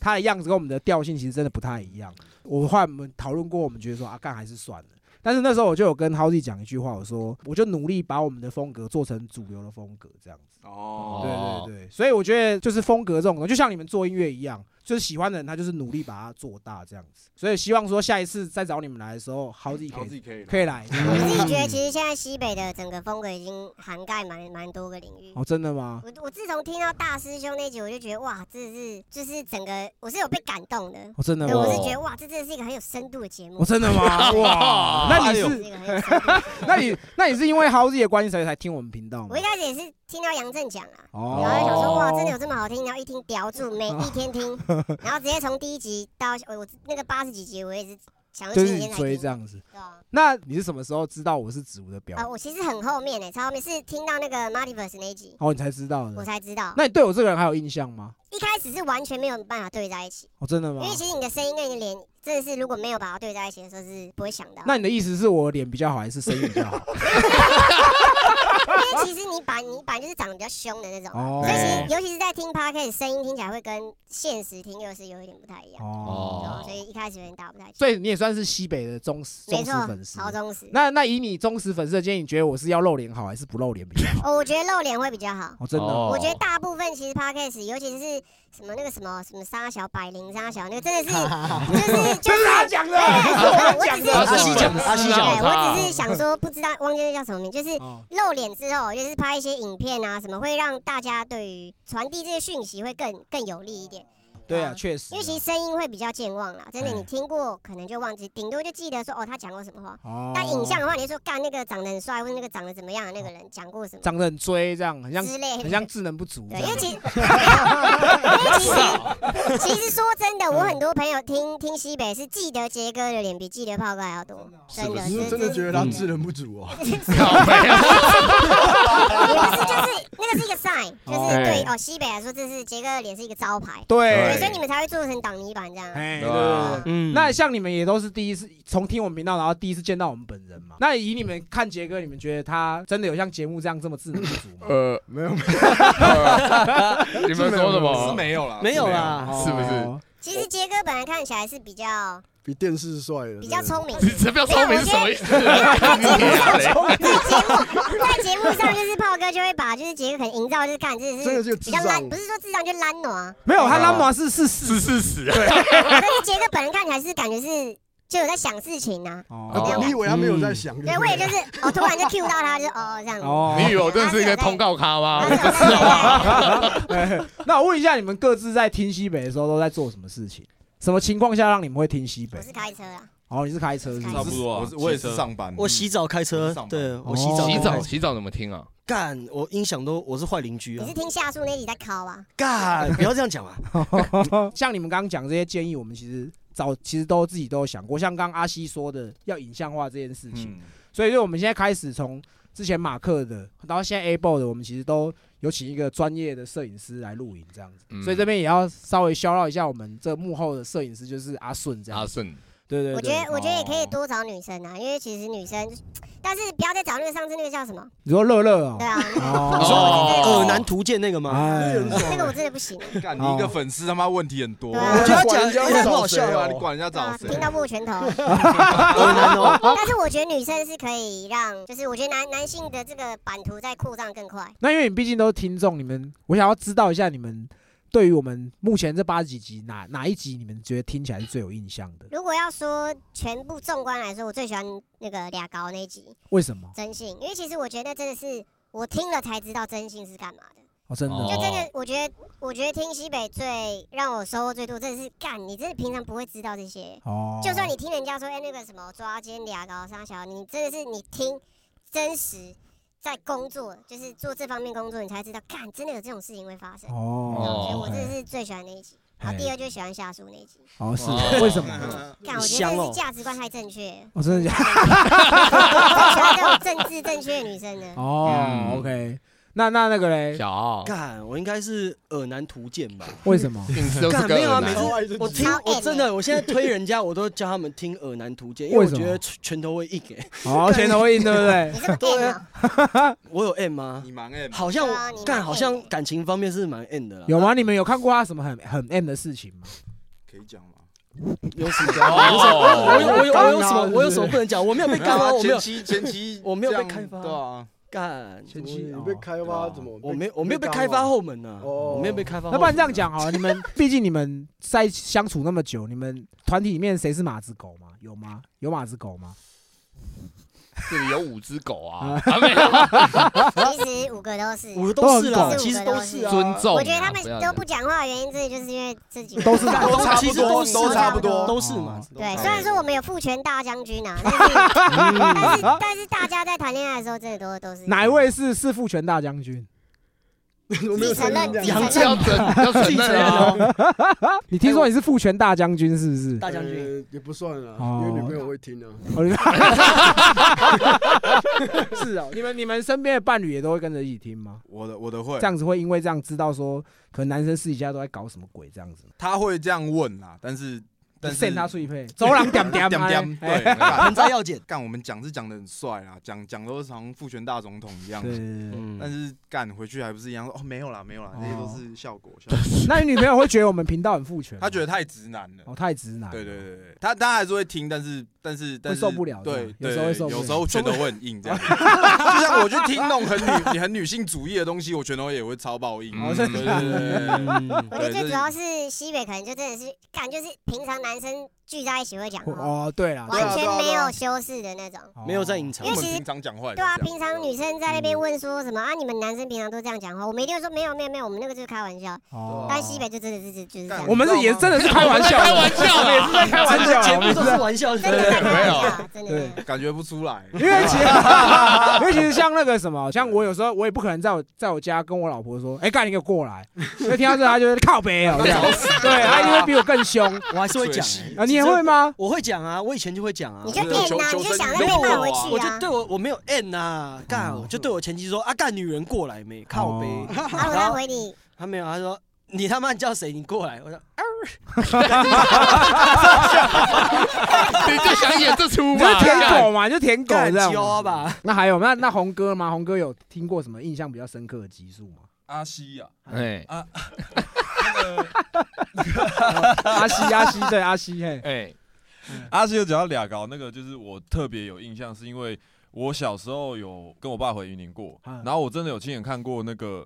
A: 他的样子跟我们的调性其实真的不太一样。我后来我们讨论过，我们觉得说啊，干还是算了。但是那时候我就有跟 Howzy 讲一句话，我说我就努力把我们的风格做成主流的风格这样子。
C: 哦，
B: 哦
A: 对对对，所以我觉得就是风格这种东西，就像你们做音乐一样，就是喜欢的人他就是努力把它做大这样子。所以希望说下一次再找你们来的时候，好自己
C: 然
A: 可
C: 后自
A: 以
C: 己可以
A: 可以来。
F: 我自己觉得其实现在西北的整个风格已经涵盖蛮蛮多个领域。
A: 哦，真的吗？
F: 我我自从听到大师兄那集，我就觉得哇，这是就是整个我是有被感动的。
A: 哦，真的
F: 对，
A: 吗
F: 我？是觉得哇，这真的是一个很有深度的节目。
A: 哦，真的 吗？哇，那你
F: 这
A: 是
F: 一个很有深度的节目
A: 那你那你是因为好自己的关系所以才听我们频道吗
F: 我一？开始也是听到杨振讲啊，
A: 哦
F: 然后就想说哇，真的有这么好听，然后一听叼住，每一天 听，然后直接从第一集到我我那个八十几集，我也是想说
A: 就
F: 前
A: 是
F: 几
A: 你
F: 天才
A: 追
F: 听
A: 这。样子。
F: 对啊
A: 那你是什么时候知道我是子吴的表？
F: 啊，我其实很后面呢，超后面是听到那个 Multiverse 那一集，
A: 哦，你才知道
F: 我
A: 的。
F: 才知道。
A: 那你对我这个人还有印象吗？
F: 一开始是完全没有办法对在一起，
A: 哦，真的
F: 因
A: 吗？
F: 为其实你的声音跟你的脸，真的是如果没有把它对在一起的时候，是不会想 到。
A: 那你的意思是我脸比较好，还是声音比较好？
F: 因为其实你把你本来就是长得比较凶的那种，
A: 哦
F: 所以其实尤其是在听 podcast，声音听起来会跟现实听又是有一点不太一样，
A: 哦
F: 对啊所以一开始有点打不太起。
A: 所以你也算是西北的忠实
F: 没
A: 忠
F: 错
A: 实粉，丝。
F: 超忠实。
A: 那那以你忠实粉丝的建议，你觉得我是要露脸好还是不露脸比较好？
F: 哦，我觉得露脸会比较好。
A: 哦，真的哦，
B: 哦
F: 我觉得大部分其实 podcast，尤其是什么那个什么什么沙小百灵沙小，那个真的是就是就是他讲的，我只是
E: 阿西讲的，阿西
B: 是
E: 讲的。
B: 啊
F: 对，我只是想说，不知道忘记那叫什么名，就是
A: 哦
F: 露脸之后，就是拍一些影片啊，什么会让大家对于传递这些讯息会更更有利一点。
A: 对啊，确实啊，
F: 因为其实声音会比较健忘啦，真的，
A: 哎
F: 你听过可能就忘记，顶多就记得说哦，他讲过什么话。
A: 哦
F: 但影像的话，你就说干那个长得很帅，或者那个长得怎么样的那个人讲过什么
A: 长得很追，这样很像
F: 之类
A: 很
F: 的
A: 像。智能不足这
F: 对，因
A: 样
F: 为。其因为其实其实说真的，的，我很多朋友听听西北是记得杰哥的脸比记得炮哥还要多，真的
G: 你是
F: 是
G: 真的觉得他
E: 嗯
G: 智能不足 啊？
B: 靠北啊
F: 也不是，就是那个是一个 sign，就是
B: 哎
F: 对哦，西北来说，这是杰哥的脸是一个招牌，对，
A: 对，
F: 所以你们才会做成挡泥板这样。
A: 哎，
B: 对
A: 对
B: 啊
A: 对对。
E: 嗯
A: 那像你们也都是第一次从听我们频道，然后第一次见到我们本人
F: 嗯
A: 嘛？那以你们看杰哥，你们觉得他真的有像节目这样这么智能不足 吗？
B: 呃，
G: 没有，
B: 呃你们说什哦
C: 是
B: 么？
C: 没有啦，
E: 没有
C: 是
E: 啦，
B: 是不是？
F: 其实杰哥本来看起来是比较
G: 比电视 帅了，
F: 比较聪明，
B: 你这不要聪明是什么意 思？你啊 嘞
A: 哦
F: 在节目上就是炮哥就会把就是杰哥可能营造就是看真的
G: 真的
F: 是
G: 就
F: 比
G: 智
F: 较懒，
G: 障
F: 不是说智障就懒惰啊，
A: 没有，他拉马是是是
B: 是事实 啊，
F: 但是杰哥本人看起来是感觉是就有在想事情啊。
G: 啊。
B: 哦
G: 对你以为他没有在
A: 嗯
G: 想？
F: 对，我 也就是哦，突然就 Q 到他，就哦这样子。
A: 哦
B: 你以为我真的是一个通告咖吗？不是
F: 啊，
A: 哎那我问一下，你们各自在听西北的时候都在做什么事情？什么情况下让你们会听西北
F: 我？是开车啊，
A: 哦，你是开车是不是
D: 差不多啊
C: 我是我也
D: 骑
C: 是
D: 车
C: 上班，
E: 我洗澡开车
C: 上，班
E: 对我
A: 哦
E: 洗澡
B: 洗
E: 跟开
B: 澡
E: 车
B: 洗澡怎么听啊？
E: 干，我音响都我是坏邻居
F: 你
E: 啊
B: 嗯
F: 是，听夏树那集在考啊？
E: 干， 不要这样讲啊，
A: 像你们刚刚讲这些建议，我们其实早其实都自己都有想过，像刚刚阿西说的要影像化这件事情，
C: 嗯，
A: 所以就我们现在开始从之前马克的，然后现在 Able 的，我们其实都有请一个专业的摄影师来录影这样子，
B: 嗯
A: 所以这边也要稍微消绕一下我们这幕后的摄影师，就是阿顺这样
B: 阿
A: 子。
B: 顺，
A: 对对
F: 我觉
A: 对，
F: 得我觉得也可以多找女生啊，因为其实女生，但是不要再找那个上次那个叫什 么？
A: 你说乐乐哦
F: 对，啊，
B: 哦
E: 耳男图鉴那个吗？
A: 哎，
F: 那个我真的不行，啊
C: 干
B: 哦
C: 你一个粉丝他妈问题很多，
F: 对啊我
E: 觉得他
C: 管
E: 讲
C: 人家
E: 也很
C: 找
E: 好
C: 谁
E: 笑
C: 啊
E: 哦
C: 你管人家
F: 对啊
C: 找谁？
F: 听到握拳头。
E: 耳男哦，
F: 但是我觉得女生是可以让，就是我觉得男男性的这个版图在扩张更快。
A: 那因为你毕竟都是听众，你们我想要知道一下你们对于我们目前这八十几集哪哪一集你们觉得听起来是最有印象的？
F: 如果要说全部纵观来说，我最喜欢那个俩高那一集
A: 为什么？
F: 真性，因为其实我觉得真的是我听了才知道真性是干嘛的。
A: 哦，真的
B: 哦
F: 就真的，我觉得，我觉得听西北最让我收获最多，真的是干，你真的平常不会知道这些。
A: 哦，
F: 就算你听人家说，哎、那个什么抓奸俩搞杀小，你真的是你听真实在工作，就是做这方面工作，你才知道，干，真的有这种事情会发生。所以
A: 哦
F: 我真的
A: OK，
F: 是最喜欢那一集。然后第二就喜欢夏树那一集，
A: 哦是
B: 哎哦
A: 为什么？
F: 干，我觉
E: 香
F: 得真的
E: 哦
F: 是价值观太正确了，
A: 我真的假的？
F: 我喜欢这种政治正确的女生呢。
A: 哦
B: 嗯
A: ，OK，那那那个嘞，
B: 小奥，
E: 干，我应该是耳男图鉴吧？
A: 为什么？
B: 平时都是
E: 干没
B: 个
E: 有啊，
B: 耳
E: 每
B: 男
E: 次
G: 超爱这集
E: 我听
F: 超爱
E: 我
F: 的
E: 真的，我现在推人家，我都叫他们听耳男图鉴，因为
A: 为
E: 我
A: 什么
E: 觉得拳拳头会硬哎，
A: 哦，前头印对不对
F: 你？这么 gay 吗？
E: 我有 M 吗？
C: 你忙哎，
E: 好像
F: 啊对啊你蛮
E: 干，好像
F: M 的
E: 感情方面是蛮 M 的啦。
A: 有吗？你们有看过他什么很很 M 的事情吗？
C: 可以讲吗？
E: 有什么？
B: 哦
E: 我有我有
G: 哎
E: 我有什
G: 啊
E: 么
A: 是不是
E: 我有什么不能讲？我没有被 干吗？我没有
C: 前期前 期
E: 我没有被
C: 这样
E: 开发
C: 对啊，
E: 干，
A: 前期
G: 你被开发
C: 哦
G: 怎么？
E: 我没我没有被开发后门呐，
G: 哦
E: 我没有被开发后门啊。
A: 那不然这样讲好了，你们毕竟你们在相处那么久，你们团体里面谁是马子狗吗？有吗？有马子狗吗？
B: 这里有五只狗啊，啊 没有，
F: 其实五个都是啊，
E: 我的都是
A: 都很
E: 啦，
A: 狗
E: 其实都是啊。
B: 尊重啊。
F: 我觉得他们
B: 不要
F: 都不讲话的原因，真的就是因为这几个
A: 都是
E: 都
C: 差
E: 其
C: 不
E: 实都
C: 多，
E: 是
C: 都差不多，
E: 都是
B: 哦
E: 嘛。
F: 对，
C: 都
F: 虽然说我们有父权大将军啊，但是但是
B: 嗯
F: 但是大家在谈恋爱的时候，真的都都是
A: 哪一位是是父权大将军？
G: 我没有声音这
F: 杨
G: 样
B: 这样子要 承认啊，
A: 哦你听说你是父权大将军是不是？
E: 大将军，
G: 呃也不算啊，
A: 哦
G: 因为女朋友会听啊。
A: 是哦，你们你们身边的伴侣也都会跟着一起听吗？
C: 我的我的会
A: 这，样子会因为这样知道说，可能男生私底下都在搞什么鬼这样子。
C: 他会这样问啦，但是但是
A: 扇他碎配，走廊点点
C: 点点，
A: 哎
C: 对， 干
E: 盆栽要剪。
C: 干我们讲是讲的很帅啦，讲讲都是好像父权大总统一样
A: 对，对对对。
E: 嗯
C: 但是干回去还不是一样说哦没有啦没有啦，
A: 哦
C: 这些都是效果，效果
A: 那你女朋友会觉得我们频道很父权吗？
C: 他觉得太直男了
A: 哦。太直男了。
C: 对对对对，他他还是会听，但是但是但是
A: 受不了
C: 对，
A: 这样有时
C: 对对
A: 候会受不了
C: 有时候拳头会很硬这 样，就像我去听那种很女 很女性主义的东西，我拳头也会超爆硬。
B: 哦
C: 对对对对对对
F: 我
C: 对
F: 觉得最
C: 这
F: 主要是西北可能就真的是感，就是平常男男生聚在一起会讲话，
A: 哦，对了，
C: 对啊
F: 完全没
C: 对啊
F: 有修饰的那种。
A: 哦
E: 没有在隐藏
F: 因
C: 我
F: 为
C: 们
F: 其实
C: 平常讲话也是
F: 对啊，
C: 这样
F: 平常女生在那边问说什么啊？你们男生平常都这样讲话，我们一定会说没有没有没有，我们那个就是开玩笑。
A: 哦
F: 但西北就真的是就就是这样，
A: 我们是也真的是开玩笑，啊
B: 开玩笑
A: 我们也
B: 啦
A: 是在开玩笑
E: 啊节
A: 啊，我
E: 目
A: 们也
E: 都是
A: 是在
E: 玩笑，
F: 真的在
E: 对
F: 开玩
C: 啊
F: 笑，真的
A: 对
F: 真的。
C: 感觉不出来，
A: 因为其实， 因为其实像那个什么，像我有时候我也不可能在我在我家跟我老婆说，哎、干你给我过来，因为听到这他就是靠北哦、这 样，对，他一定会比我更凶
E: 我还是会讲欸
C: 水洗，
A: 啊，你也会吗？
E: 我会讲啊，我以前就会讲啊
F: 你。就
C: 对啊
F: 变呐，
C: 求
F: 你就
C: 求
F: 想
C: 生
F: 着
E: 没
F: 被
E: 有
F: 骂回
E: 我
F: 去
E: 就
F: 啊。
E: 对我我没有 N 呐，干，
A: 哦
E: 我就对我前妻说啊，干女人过来没？靠背，
F: 然后
E: 然
F: 哦 他
E: 后
F: 回你，
E: 他没有，他说你他妈你叫谁？你过来，我说
B: 你就 想演这出
A: 你就是
B: 嘛？
A: 舔狗嘛，你就舔狗
E: 干
A: 这样
E: 交
A: 嘛。
E: 吧。
A: 那还有那那红哥吗？红哥有听过什么印象比较深刻的集数吗？
D: 阿西啊呀，
B: 哎
A: 哦阿西阿西对阿西嘿，嗯
B: 哎，
D: 阿西有讲到俩高，那个就是我特别有印象，是因为我小时候有跟我爸回云林过，
A: 嗯
D: 然后我真的有亲眼看过那个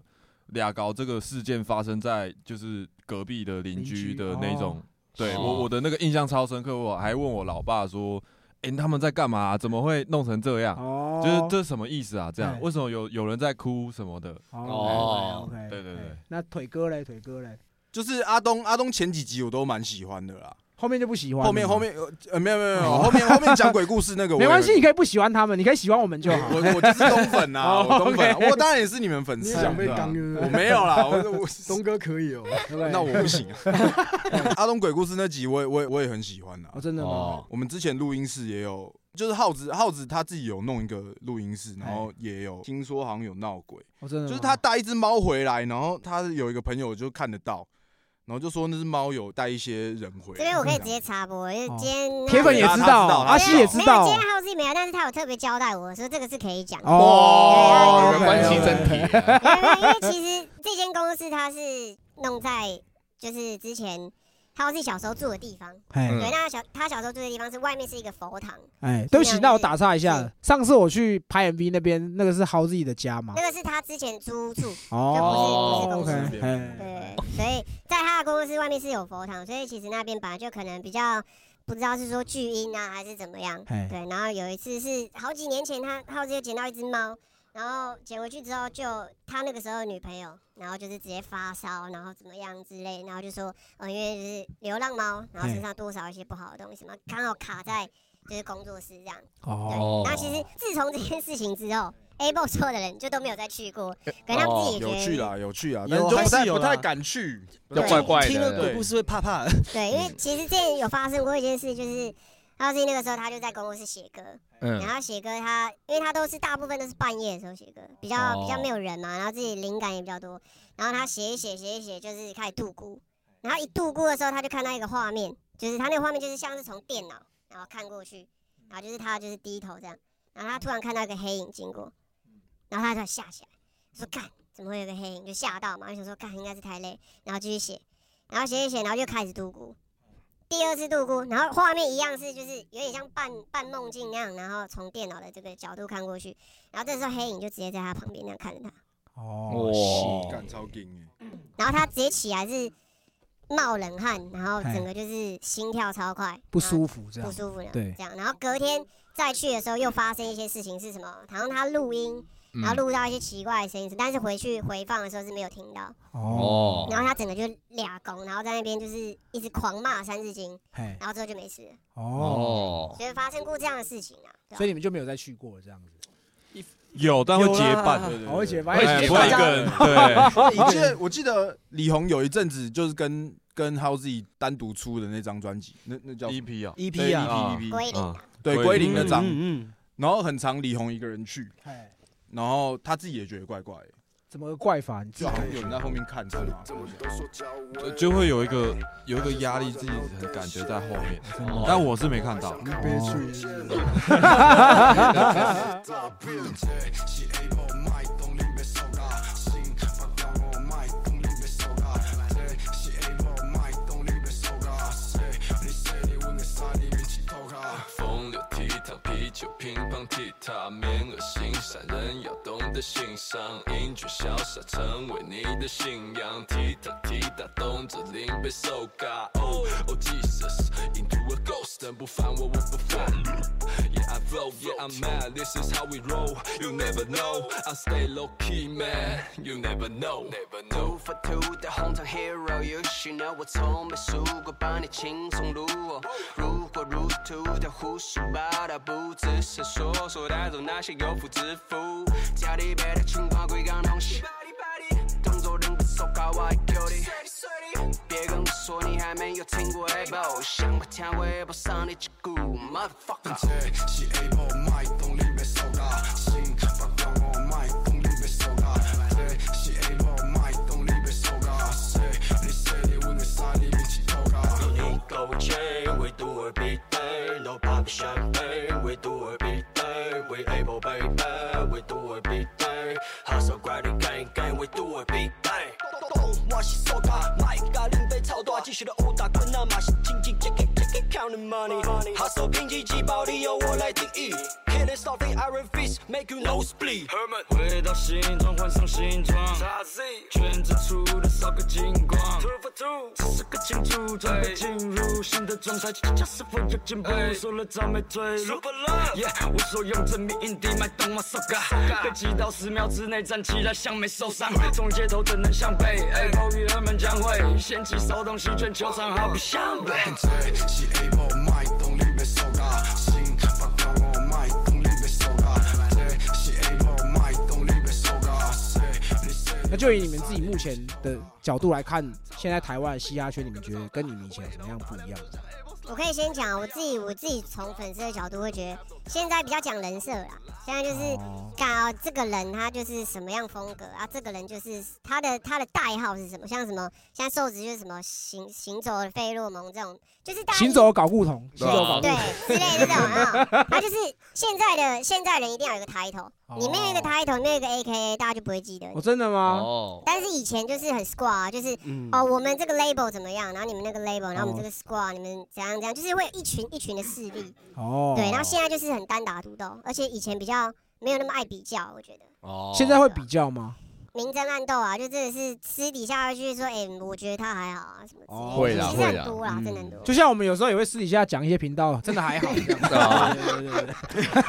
D: 俩高这个事件发生在就是隔壁的邻居的那种，对
B: 哦
D: 我我的那个印象超深刻，我还问我老爸说，哎、他们在干嘛、怎么会弄成这样？
A: 哦
D: 就是这什么意思啊？这样
A: 哎
D: 为什么有有人在哭什么的？
A: 哦，OK，
D: 对对对
A: 哎那腿哥嘞，腿哥嘞，
C: 就是阿东，阿东前几集我都蛮喜欢的啦。
A: 后面就不喜欢了吗，
C: 后面后面呃呃没有没有没有，
A: 哦
C: 后面后面讲鬼故事那个我
A: 没
C: 也
A: 关系，你可以不喜欢他们，你可以喜欢我们就好。
C: 我我就是东粉啊，
A: 哦
C: 我东粉啊，
A: OK
C: 我当然也是你们粉
G: 你
C: 丝
G: 想
C: 啊。
G: 被
C: 对啊
G: 刚对不对
C: 我没有 啦，我我
G: 东哥可以哦，
A: 对不对
C: 那我不 行啊。阿东鬼故事那集我也我也我也很喜欢啊
A: 哦，。真的吗？
B: 哦，
C: 我们之前录音室也有，就是耗子耗子他自己有弄一个录音室，然后也有听说好像有闹鬼，
A: 哎哦，真的吗，
C: 就是他带一只猫回来，然后他有一个朋友就看得到，然后就说那只猫有带一些人回来。啊
F: 这边我可以直接插播，因为今天
A: 哦铁嗯粉也知
C: 他知
A: 道，
C: 道他
A: 阿西
C: 知道
A: 也知
F: 没有
A: 道
F: 今天浩志没有，但是他有特别交代我说这个是可以讲的，
A: 哦，
B: 哦，
F: 对对对
B: 关系
A: 真
B: 真铁啊，
F: 因为因为其实这间公司它是弄在就是之前浩志小时候住的地方，
A: 哎
B: 嗯
F: 对，那他小他小时候住的地方是外面是一个佛堂，
A: 哎，对不起，那我打岔一下
F: 啊是，
A: 上次我去拍 MV 那边，那个是 h o w z 的家嘛
F: 那？个是他之前租住，
A: 哦
F: 就不是不是
A: ，OK，哎，
F: 对，所以在他的公司外面是有佛堂，所以其实那边本来就可能比较不知道是说巨婴啊还是怎么样。
A: 哎
F: 对，然后有一次是好几年前他，浩子又捡到一只猫，然后捡回去之后就他那个时候的女朋友，然后就是直接发烧，然后怎么样之类，然后就说，呃，因为就是流浪猫，然后身上多少一些不好的东西嘛，刚好卡在就是工作室这样。
A: 哦
B: 哦
F: 对，那其实自从这件事情之后。Able 所有的人就都没有再去过，可能他们自己也
C: 哎哦有
F: 觉得、
C: 趣啦，有趣
A: 哦
C: 啦，
E: 有
C: 但是就
E: 还
C: 不
E: 是
C: 太
E: 有
C: 不
E: 啦
C: 太敢去，不
B: 要
C: 太
B: 怪怪
E: 听了
B: 的，
E: 鬼故事会怕怕的。
F: 对，因
C: 嗯
F: 为其实之前有发生过一件事，就是浩志那个时候他就在公司写歌，
B: 嗯
F: 然后写歌他，因为他都是大部分都是半夜的时候写歌，比较比较
B: 哦
F: 没有人嘛，然后自己灵感也比较多，然后他写一写写一写，就是开始度孤，然后一度孤的时候，他就看到一个画面，就是他那个画面就是像是从电脑然后看过去，然后就是他就是低头这样，然后他突然看到一个黑影经过，然后他就吓起来，说干怎么会有个黑影，就吓到嘛，就想说干应该是太累，然后继续写，然后写一写，然后就开始度孤。第二次度孤，然后画面一样是就是有点像半半梦境那样，然后从电脑的这个角度看过去，然后这时候黑影就直接在他旁边那样看着他，
A: 哦，
B: 哇，
C: 干超劲欸
F: 然后他直接起来是冒冷汗，然后
A: 嘿
F: 整个就是心跳超快，
A: 不
F: 服
A: 舒服这样
F: 不。舒服了，
A: 对
F: 这样，然后隔天再去的时候又发生一些事情是什么？好像他录音，
B: 嗯
F: 然后录到一些奇怪的声音，但是回去回放的时候是没有听到，
A: 哦，
B: 哦，
F: 然后他整个就俩拱，然后在那边就是一直狂骂三字经，
A: 哎，
F: 然后之后就没事了，
A: 哦，
B: 哦，
F: 所以发生过这样的事情啊，对吧
A: 所以你们就没有再去过了这样子。
D: 有，但会
E: 有啦
D: 结伴，
C: 啊
E: 对
A: 我会觉得，
D: 哎
B: 结
D: 不会
B: 伴
D: 一个 人，对，
C: 我记 得我记得李红有一阵子就是跟跟 h o w z 单独出的那张专辑，那那叫什
D: 一
C: 么
D: 批啊，
E: EP 啊，
C: 啊
D: 嗯
F: 归零
D: 嗯
F: 啊，
C: 对
D: 归
C: 归零
D: 零
C: 那张，
E: 嗯嗯
C: 然后很常李红一个人去，
A: 哎，
C: 然后他自己也觉得怪怪的，
A: 怎么个怪法？你自己
C: 就好像有人在后面看着嘛。
D: 就就会有一个有一个压力，自己很感觉在后面，但我是没看到。
G: 你别去。
H: 风流倜傥，啤酒、乒乓、踢踏，面恶心善人要懂得欣赏，英俊潇洒成为你的信仰。踢踏踢踏，动着零被受嘎。Oh oh Jesus, into a ghost，但不烦我，我不烦。Yeah, I flow, yeah, I'm mad. This is how we roll. You never know. I stay low key, man. You never know. Never know.
I: 无法 two 的hometown hero，也许呢我从没输过，帮你轻松路哦。如火如荼的胡说八道，不只是说说，带走那些有妇之夫。家里别的情况归刚东西，动作人不手高我 Q 的。别跟我说你还没有听过 A b o 想不听我 A b o 上你一句 motherfucker。
H: 切是 able 卖动力被收嘎，心发飙我卖动力被收嘎，切是 able 卖动力被收嘎，切你说的我的啥你别去偷嘎。
I: 你够醉，为独而必备，老爸的扇贝，为独而必备，为 able baby，为独而必备，哈手怪的干一干，为独而必备。
J: 我是苏打，卖甲恁爸操大，只是咧有打滚啊，嘛是斤斤计较计较 counting money。哈手经济季暴利由我来定义。Hit it soft in iron fist, make you nose bleed。
H: 回到新装，换上新装，圈子出的扫个精光，这是个庆祝，准备进入新的状态，恰恰是否有进步？说了早没退路，yeah，我所用证明印地脉动我手感，被击到十秒之内站起来像没受伤，从街头怎能向北？Apple 与人们将会掀起骚动，席卷球场好比湘北。
J: 是 able 卖动力被收嘎，心发飙我卖动力被收嘎，这是 able 卖动力被收嘎，谁你谁？
A: 那就以你们自己目前的角度来看，现在台湾的嘻哈圈，你们觉得跟你们以前有什么样不一样？
F: 我可以先讲我自己，我自己从粉丝的角度会觉得，现在比较讲人设啦。现在就是搞这个人他就是什么样风格啊，这个人就是他的他的代号是什么？像什么，像瘦子就是什么行行走的费洛蒙这种，就是大家
A: 行走搞不同，
B: 行走搞不
F: 对之类的这种啊，他就是现在的现在人一定要有一个 title，你没有一个 title，没有一个 AKA，大家就不会记得你
A: 哦，。真的吗？
B: 哦，
F: 但是以前就是很 squad，啊就是
E: 嗯
F: 哦，我们这个 label 怎么样，然后你们那个 label，然后我们这个 squad，你们怎样怎样，就是会有一群一群的势力，
A: 哦，
F: 对。然后现在就是很单打独斗，而且以前比较没有那么爱比较，我觉得
B: 哦
A: 现在会比较吗？
F: 明争暗斗啊，就真的是私底下会去说，哎，我觉得他还好啊什么之类
A: 哦
F: 的，
B: 会啦
F: 其实
B: 会啦
F: 很多啦，真的很多。
A: 嗯就像我们有时候也会私底下讲一些频道，真的还好。 这样
B: 啊
A: 对对对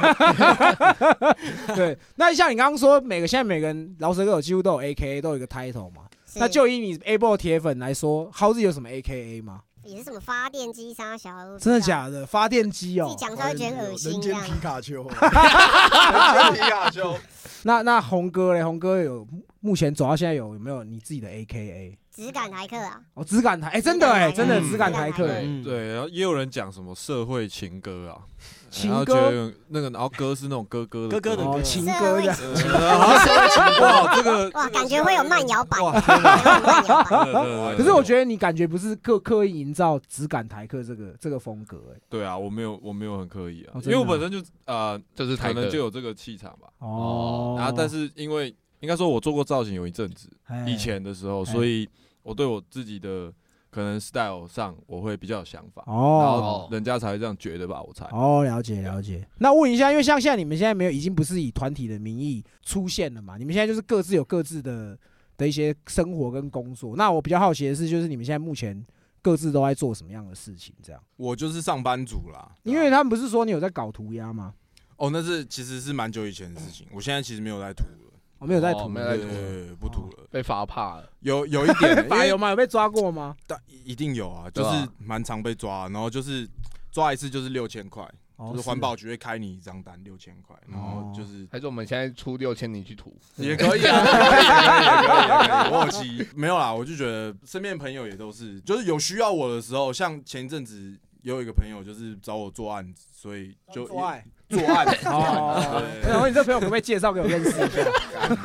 A: 对 对，那像你刚刚说，每个现在每个人饶舌歌手几乎都有 A K A，都有一个 title 嘛。
F: 是
A: 那就以你 able 铁粉来说，House 有什么 A K A 吗？
F: 也是什么发电机杀小，啊我不知
A: 真的
F: 道？
A: 假的？发电机
F: 自己
A: 哦。
F: 讲出来会觉得恶
G: 人
F: 心这
G: 间
F: 样。
G: 皮卡丘，
C: 皮 卡丘，
A: 那那红哥嘞？红哥有目前走到现在有有没有你自己的 A K A？
F: 只敢台客啊，
A: 哦，质感台，哎，真的哎，
F: 质
A: 真
F: 感
A: 的
F: 台
A: 质感台客哎。
E: 嗯
D: 对，然后也有人讲什么社会情歌啊，
A: 情
D: 然后觉
A: 歌
D: 得那个，然后歌是那种哥哥的
E: 哥哥的
A: 哦，
E: 歌
A: 情
F: 社
A: 歌
F: 会
A: 呀，
D: 呃然后社会情歌，哇，这个
F: 哇，感觉会有慢摇版，
D: 哇
F: 感 觉会有慢摇版。
D: 可
A: 可是我觉得你感觉不是刻刻意营造质感台客这个这个风格哎。
D: 对啊，我没有我没有很刻意啊，
A: 哦真
D: 因
A: 的
D: 为我本身就呃
B: 就是
D: 可
B: 台
D: 能
B: 的
D: 就有这个气场吧。
A: 哦，
D: 然后但是因为应该说我做过造型有一阵子，
A: 哎
D: 以前的时候，
A: 哎
D: 所以我对我自己的可能 style 上我会比较有想法，然
A: 哦
D: 后人家才会这样觉得吧，我猜。
A: 哦，了解了解。那问一下，因为像现在你们现在没有，已经不是以团体的名义出现了嘛？你们现在就是各自有各自的的一些生活跟工作。那我比较好奇的是，就是你们现在目前各自都在做什么样的事情？这样，
C: 我就是上班族啦。
A: 因为他们不是说你有在搞涂鸦吗？
C: 哦，那是其实是蛮久以前的事情，我现在其实没有在涂了，
A: 我没有在
B: 哦
A: 涂，
B: 没有在涂
C: 对，不涂了。
B: 被罚怕了，
C: 有有一 点，因
A: 法
C: 为
A: 有吗？有被抓过吗？
C: 但一定有啊，就
B: 对啊
C: 是蛮常被抓，然后就是抓一次就是六千块，
A: 哦
C: 就是环保局会开你一张单六千块，然后就是
B: 还是我们现在出六千你去涂？
C: 也可以啊，也可以也可以也可以，我有记忆没有啦，我就觉得身边朋友也都是，就是有需要我的时候，像前一阵子也有一个朋友就是找我做案子，所以就
A: 哦做爱
C: 做案子，
A: 哦，然后你这朋友可不可以介绍给我认识一下？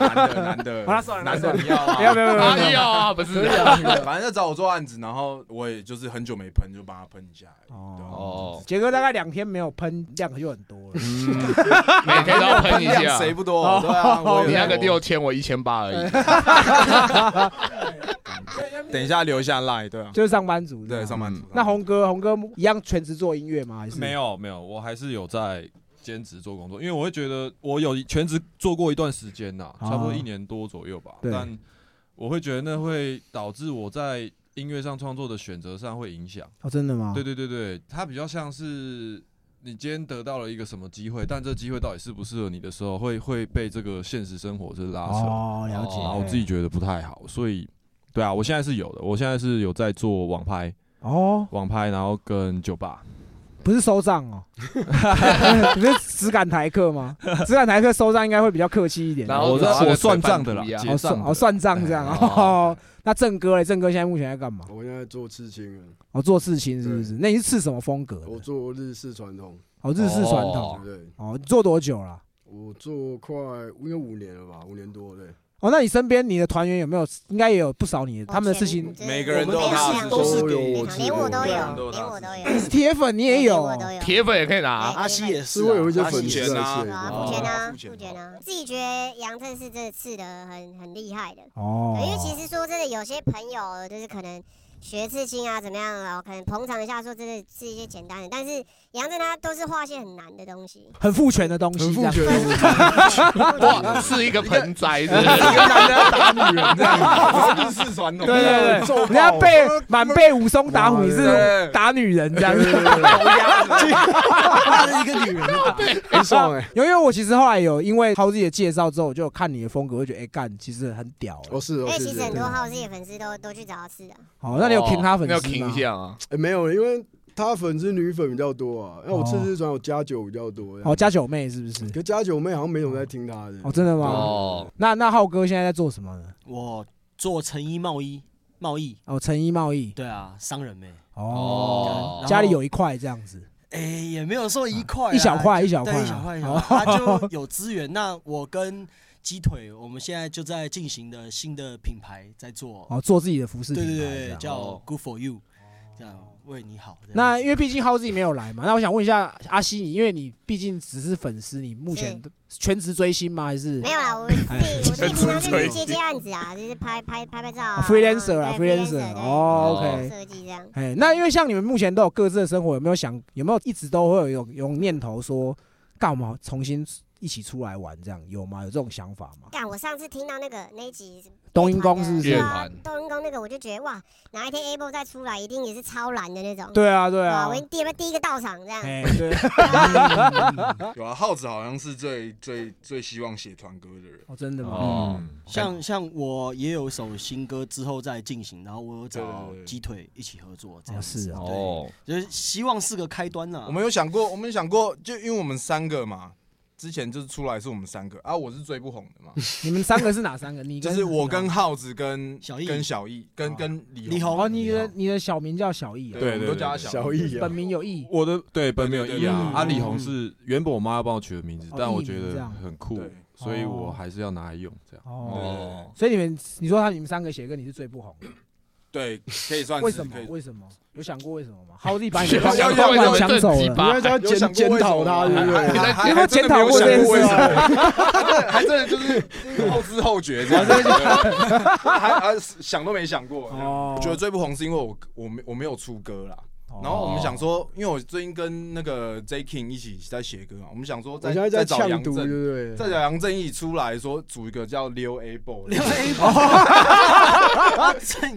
C: 男的男的，
A: 好了算了
C: 男
A: 算
C: 的
A: 了
C: 你要吗
A: 没有没有没有没有
B: 哎呀，不是啊
C: 反正就找我做案子，然后我也就是很久没喷，就帮他喷一下啊而已。
A: 哦，
B: 哦，
A: 杰哥大概两天没有喷，量可就很多了。
B: 每天都要喷一
C: 量
B: 下。
C: 嗯 谁不多？对啊，我也
B: 你那个
C: 我
B: 六 千，我一千八而已。
C: 等一下留一下 line，对啊，
A: 就是上班族。
C: 对，上班族。
A: 那红哥，红哥一样全职做音乐吗？还是
D: 没有没有，我还是有在兼职做工作，因为我会觉得我有全职做过一段时间呐、
A: 啊
D: 差不多一年多左右吧。
A: 对
D: 但我会觉得那会导致我在音乐上创作的选择上会影响。
A: 哦真的吗
D: 对对对对，它比较像是你今天得到了一个什么机会，但这机会到底适不适合你的时候，会会被这个现实生活是拉扯。
A: 哦了解
D: 然后我自己觉得不太好，所以对啊，我现在是有的，我现在是有在做网拍
A: 哦，
D: 网拍，然后跟酒吧。
A: 不是收账哦， 你是只敢台客吗？只敢台客收账应该会比较客气一点。
D: 然后我
A: 我
D: 我算账的啦
A: 哦
D: 结
A: 算
D: 账的哎
A: 哦算账这样。哦，那郑哥嘞，郑哥现在目前在干嘛？
G: 我现在做刺青啊，
A: 哦，做刺青是不是？那你是刺什么风格？
G: 我做日式传统。
A: 哦，日式传统。
G: 对，
A: 哦，你做多久了？
G: 我做快应该五年了吧，五年多对。
A: 哦，那你身边你的团员有没有？应该也有不少你
F: 哦
A: 他们的事情。
G: 每个人都有
A: 我们
G: 他的事情
A: 都是
G: 都有我自己
F: 连我都
G: 对
F: 有
G: 啊，
F: 连我都有。
A: 你是 铁粉，你也有。哦
B: 铁粉也可以拿，
E: 阿西也是
G: 啊我有一些
E: 阿西
G: 粉
E: 也
G: 丝
E: 是
G: 在
E: 啊
G: 线
F: 啊，付钱啊，付钱啊。自己觉得杨振是这刺的很很厉害的
A: 哦
F: 对，因为其实说真的，有些朋友就是可能学刺青啊怎么样啊，可能捧场一下说真的是一些简单的，但是杨振他都是画一些很难的 东西。
A: 很父权的东西，
F: 很
A: 这样
F: 父权的东西
B: 哇是一个盆栽是不是
A: 一个男的
B: 打女人这样
A: 对
B: 日式传统
A: 对 对
B: 揍爆
A: 对，人家被满被武松打虎，你是打女人这样子，
E: 他是一个女人，
A: 很爽
G: 欸
A: 哎。因为我其实后来有因为浩志的介绍之后，我就有看你的风格，我就觉得哎干，其实很屌。哦
G: 是
F: 因为哎其实很多浩志的粉丝都都去找他刺啊。
A: 好，那你有
C: 哦
A: 评他粉丝吗？
B: 啊？
G: 哎，没有，因为他粉丝女粉比较多啊，那我刺日式传统加九比较多。
A: 哦，加九妹是不是？
G: 可加九妹好像没怎么在听他的。
A: 哦，真的吗？
G: 哦。
A: 那那浩哥现在在做什么呢？
E: 我做成衣贸易贸易，
A: 哦，成衣贸易。
E: 对啊，商人呗。
A: 哦
E: 然，后
A: 家里有一块这样子。
E: 哎、也没有说一块啊、
A: 一小块
E: 就
A: 一小块啊
E: 对一小块，一小
A: 哦
E: 块，他就有资源。那我跟鸡腿，我们现在就在进行的新的品牌在做，
A: 哦，做自己的服饰
E: 对对
A: 品牌这
E: 对，
A: 样
E: 叫 Good for You，这样为你好。这样
A: 那因为毕竟浩自己没有来嘛，那我想问一下阿西，你因为你毕竟只是粉丝，你目前全职追星吗？还是
F: 没有啦，我自
A: 哎
F: 己我自己平常就是接接案子啊，就是拍拍拍拍照啊。
A: freelancer 啦
F: 对
A: ，freelancer 哦，OK
F: 设计这样。
A: 哎，那因为像你们目前都有各自的生活，有没有想有没有一直都会有有有念头说干嘛重新一起出来玩这样有吗？有这种想法吗？
F: 干，我上次听到那个那一集是
A: 冬阴功是不是
F: 对？啊，窦文公那个，我就觉得哇，哪一天 Able 再出来，一定也是超蓝的那种。
A: 对啊对啊
F: 哇我一定第第一个到场这样。
A: 哎
C: 对有啊，耗子好像是最最最希望写团歌的人。
A: 哦，真的
C: 吗
E: 哦
C: 嗯，
E: 像像我也有一首新歌之后再进行，然后我有找鸡腿一起合作，这样子
A: 是啊
C: 哦
E: 对，嗯就是希望是个开端啊呐。
C: 我们有想过，我们有想过，就因为我们三个嘛，之前就是出来是我们三个啊，我是最不红的嘛。
A: 你们三个是哪三个？ 你
C: 就
A: 跟
C: 是我跟耗子跟
E: 小易
C: 跟小易跟跟李
A: 李
C: 红
A: 红，哦，你的你的小名叫小易啊，
C: 对我们都叫他小小易啊
A: 本名有易，
D: 我的对本没有意义啊
A: 嗯，
D: 阿里红是原本我妈要帮我取的名字
A: 哦，
D: 但我
A: 艺名
D: 觉
A: 这
D: 得
A: 样
D: 很酷
A: 对，
D: 所以我还是要拿来用这样。
A: 哦，所以你们你说他你们三个写歌，你是最不红的，
C: 对，可以算是
A: 为什么
C: 可以？
A: 为什么？有想过为什么吗？浩 弟把你
C: 有
A: 的光
C: 想
A: 环
C: 过为什么
A: 抢走了，
C: 这鸡巴有想过为什
G: 哎
C: 么吗还还还
A: 你有没有检讨过这件
C: 还真的没有想过
A: 事
C: 为
A: 啊？
C: 什么 还真的就是后知后觉这样，
A: 还真
C: 对 还还想都没想过。
A: 哦
C: 我觉得最不红是因为我我没我没有出歌啦。然后我们想说，因为我最近跟那个 J King 一起在写歌嘛，我们想说
G: 我
C: 再
G: 现在
C: 再
G: 在
C: 找杨
G: 呛毒，对
C: 振，
G: 不对？
C: 再找杨振义出来说组一个叫 Lil A b o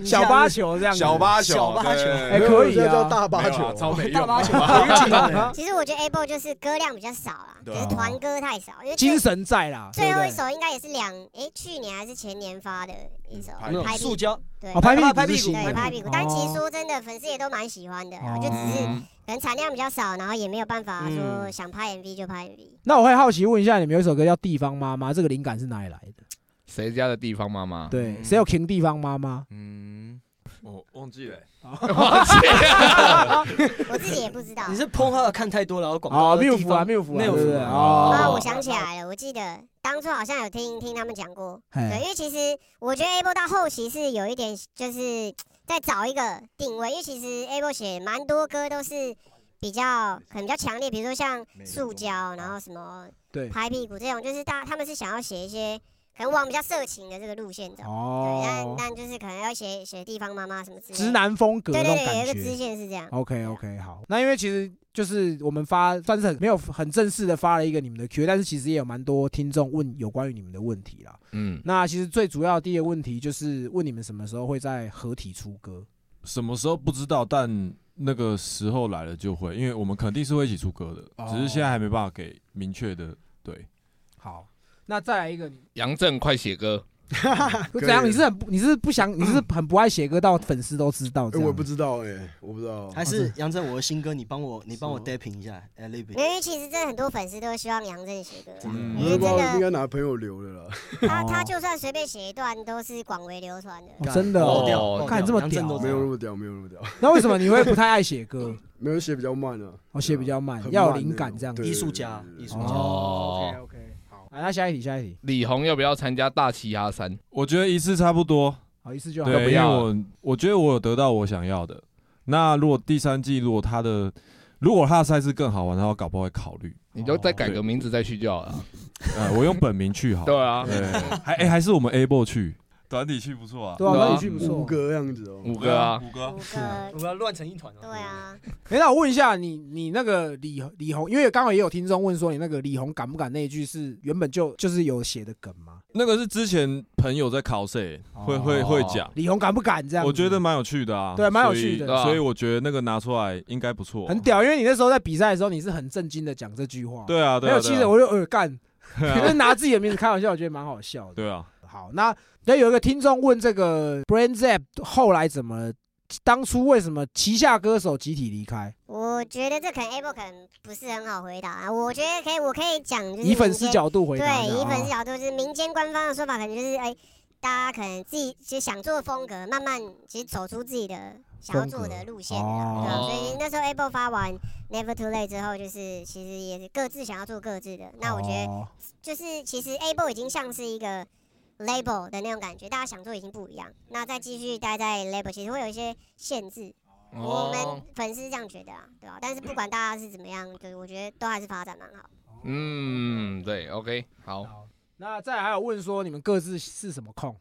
A: 小八球这样子，
C: 小八球小八球对
A: 哎，可以
C: 没有这
A: 啊，
C: 叫大八球没有啊超 没用大八球
F: 其实我觉得 Able 就是歌量比较少啦，可
A: 对
F: 是
A: 啊
F: 团歌太少，因为最
A: 精神在啦，
F: 最后一
A: 对
F: 首应该也是两诶，去年还是前年发的一首
A: 拍屁股
F: 拍屁股
A: 塑胶
F: 对
A: 嗯哦拍屁股拍屁股
F: 对拍屁股
A: 哦，
F: 但其实说真的，粉丝也都蛮喜欢的啦，
A: 哦嗯
F: 就只是可能产量比较少，然后也没有办法说想拍 MV 就拍 MV。
A: 不对那我会好奇问一下，你们有一首歌叫《地方妈妈》，这个灵感是哪里来的？
B: 谁家的地方妈妈？
A: 对，谁有听地方妈妈？
B: 嗯
D: 我忘记了欸，
B: 忘记了
F: 我自己也不知道。
E: 你是碰到看太多了，然后广告
A: 哦
E: 的地
A: ，Milf 啊
E: 方
A: ，Milf 啊，对
E: ，Milf
A: 不对？
F: 啊，
A: 哦，
F: 我想起来了，我记得当初好像有听听他们讲过，
A: 嘿
F: 对，因为其实我觉得 Able 到后期是有一点就是在找一个定位，因为其实 Able 写蛮多歌都是比较可能比较强烈，比如说像塑胶，然后什么
A: 对
F: 拍屁股这种，就是大他们是想要写一些可能往比较色情的这个路线走。对，但
A: 哦，
F: 但就是可能要写写地方妈妈什么之类的。
A: 直男风格
F: 对
A: 那
F: 对
A: 种
F: 对，
A: 感
F: 有一个
A: 觉。
F: 支线是这样。
A: OK OK，好，那因为其实就是我们发算是很没有很正式的发了一个你们的 Q，但是其实也有蛮多听众问有关于你们的问题啦。
B: 嗯，
A: 那其实最主要的第一个问题就是问你们什么时候会在合体出歌？
D: 什么时候不知道，但那个时候来了就会，因为我们肯定是会一起出歌的，
A: 哦
D: 只是现在还没办法给明确的对。
A: 好，那再来一个，
B: 杨震快写歌，
A: 怎样？你是很不你是不想你是很不爱写歌到粉丝都知道这
G: 哎，
A: 样吗？
G: 我不知道哎，我不知道，
E: 还
A: 哦
E: 是杨振我的新歌，你帮我你帮我 dapping 一下 a l i b
F: 因为其实真的很多粉丝都会希望杨振写歌啊，
G: 我
F: 因
G: 都
F: 为
G: 不知道
F: 真
G: 应
F: 的
G: 该哪朋友留的啦。
F: 他他就算随便写一段都是广为流传的。
A: 哦真的
B: 爆
A: 哦，
B: 掉爆
A: 看这么
E: 杨
A: 屌
E: 振都
G: 没有那么屌，没有那么屌，
A: 那为什么你会不太爱写歌？
G: 没有写比较慢啊，
A: 我写比较慢，
G: 很
A: 要有
G: 慢
A: 灵
G: 那
A: 感
G: 种
A: 这样子。
G: 对
E: 艺术家艺术家。
B: 哦
A: OK OK，好，啊那下一题，下一题，
B: 李红要不要参加大嘻哈三？
D: 我觉得一次差不多，
A: 好哦一次就好。
D: 对，
B: 不
D: 因为
B: 要
D: 我我觉得我有得到我想要的。那如果第三季如果他的如果他的赛事更好玩的话，搞不好会考虑。
B: 你就再改个名字再去就好了。
D: 呃，我用本名去好了。
B: 对啊，
D: 对，还哎还是我们 able 去，团体 去不错啊
A: 对啊，
B: 对啊
A: 那你去不
G: 五
A: 错。
G: 个样子哦。
B: 五个啊，
D: 五个
F: 五个，
H: 我要乱成一团了。
F: 对啊，
A: 哎，那我问一下你，你那个李李红，因为刚好也有听众问说你那个李红敢不敢那一句是原本就就是有写的梗吗？
D: 那个是之前朋友在考谁会会会讲，
A: 哦李红敢不敢这样子？
D: 我觉得蛮有趣的啊，
A: 对蛮有
D: 所以
A: 趣的
B: 对啊
D: 所以我觉得那个拿出来应该不错，
A: 很屌，因为你那时候在比赛的时候，你是很震惊的讲这句话。
D: 对啊，
A: 没
D: 对啊，
A: 有
D: 对啊
A: 气的，我就呃干，
D: 对
A: 可
D: 啊
A: 是拿自己的名字开玩笑，我觉得蛮好笑的。
D: 对啊，
A: 好，那那有一个听众问这个 Brain Zap 后来怎么，当初为什么旗下歌手集体离开？
F: 我觉得这可能 Able 可能不是很好回答啊。我觉得可以，我可以讲就是
A: 以粉
F: 民
A: 丝
F: 间
A: 角度回答的啊，
F: 对，以粉丝角度就是民间官方的说法，可能就是哎、大家可能自己其实想做的风格，慢慢其实走出自己的想要做的路线了啦，对啊
B: 哦
F: 所以那时候 Apple 发完 Never Too Late 之后，就是其实也是各自想要做各自的。那我觉得
A: 哦
F: 就是其实 Apple 已经像是一个 label 的那种感觉，大家想做已经不一样。那再继续待在 label，其实会有一些限制。我们
B: 哦，
F: 粉丝这样觉得啊，对吧、但是不管大家是怎么样，就是我觉得都还是发展蛮好。
B: 嗯，对，OK，好，
A: 好那再来还有问说你们各自是什么控？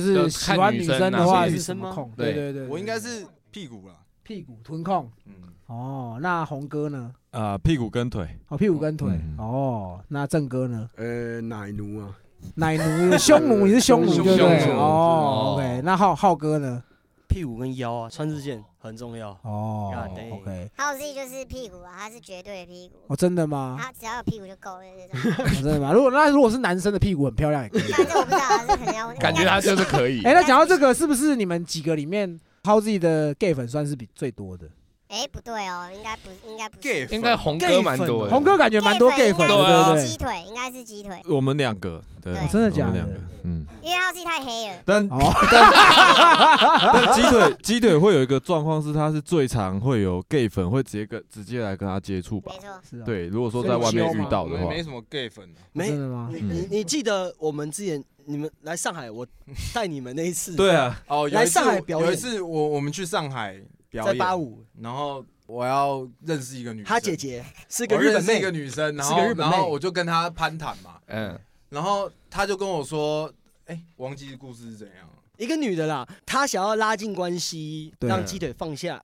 B: 就是是
A: 喜欢
B: 看
A: 女
B: 女
A: 生
B: 生啊
A: 的话
E: 是
A: 是
E: 女
A: 什
E: 生
A: 么
E: 吗
A: 控？对
B: 对
A: 对对，
C: 我应该
A: 对
C: 是屁股啦，
A: 屁股臀控。
C: 嗯，
A: 哦，那红哥呢？
D: 啊，屁股跟腿，
A: 哦，屁股跟腿。
D: 嗯
A: 哦，那正哥呢？
G: 呃，奶奴啊，
A: 奶奴、匈奴，你 是匈奴
G: 匈
A: 对
G: 奴
A: 不对
B: 匈？奴
A: 哦
B: 哦
A: ，OK。那浩浩哥呢？
E: 屁股跟腰啊，穿日线很重要。
A: 哦
E: God damn
A: ，OK。
F: 还有 Z 就是屁股啊，他是绝对的屁股。
A: 哦，真的吗？
F: 他只要有屁股就够了那种。
A: 哦真的吗？如果那如果是男生的屁股很漂亮也可 以。
F: 但这我不知道，这可能要
B: 感觉他就是可以
A: 哎、。那讲到这个，是不是你们几个里面 Howzy 的 gay 粉算是比最多的？
F: 哎不对哦，应该不应该不
C: gay
F: 是。
B: 应该红哥蛮多的，
A: 红哥感觉蛮多 gay 粉的，
B: 应该
A: 对不
B: 是
A: 对
F: 是鸡？腿，应该是鸡腿，
D: 我们两个，对
F: 对，
A: 哦真的
D: 我
A: 假
D: 们
A: 的
D: 两？个，嗯，
F: 因为他自己太黑了。
D: 但
A: 哦，
D: 但 鸡腿鸡腿会有一个状况是，它是最常会有 gay 粉会直接跟直接来跟他接触吧
F: 没，错，
A: 是啊，
D: 对，如果说在外面
A: 哦
D: 遇到的
C: 我
D: 话
C: 们，没什么 gay 粉啊，
E: 没
A: 真，的吗？
E: 你
D: 嗯
E: 你你记得我们之前你们来上海，我带你们那一次，
D: 对，啊，
C: 哦，有
E: 来
C: 一次
E: 上海
C: 我
E: 表演
C: 有一次我我们去上海表
E: 在
C: 演，
E: 八五，
C: 然后我要认识一个女生，
E: 她姐姐是
C: 我
E: 个日
C: 认
E: 本
C: 识
E: 妹
C: 一个，女生，然
E: 是
C: 后
E: 个日本
C: 然
E: 妹
C: 后我就跟她攀谈嘛，
B: 嗯，
C: 然后她就跟我说，哎、忘记故事是怎样了，
E: 一个女的啦，她想要拉近关系，
A: 对
E: 让鸡腿放下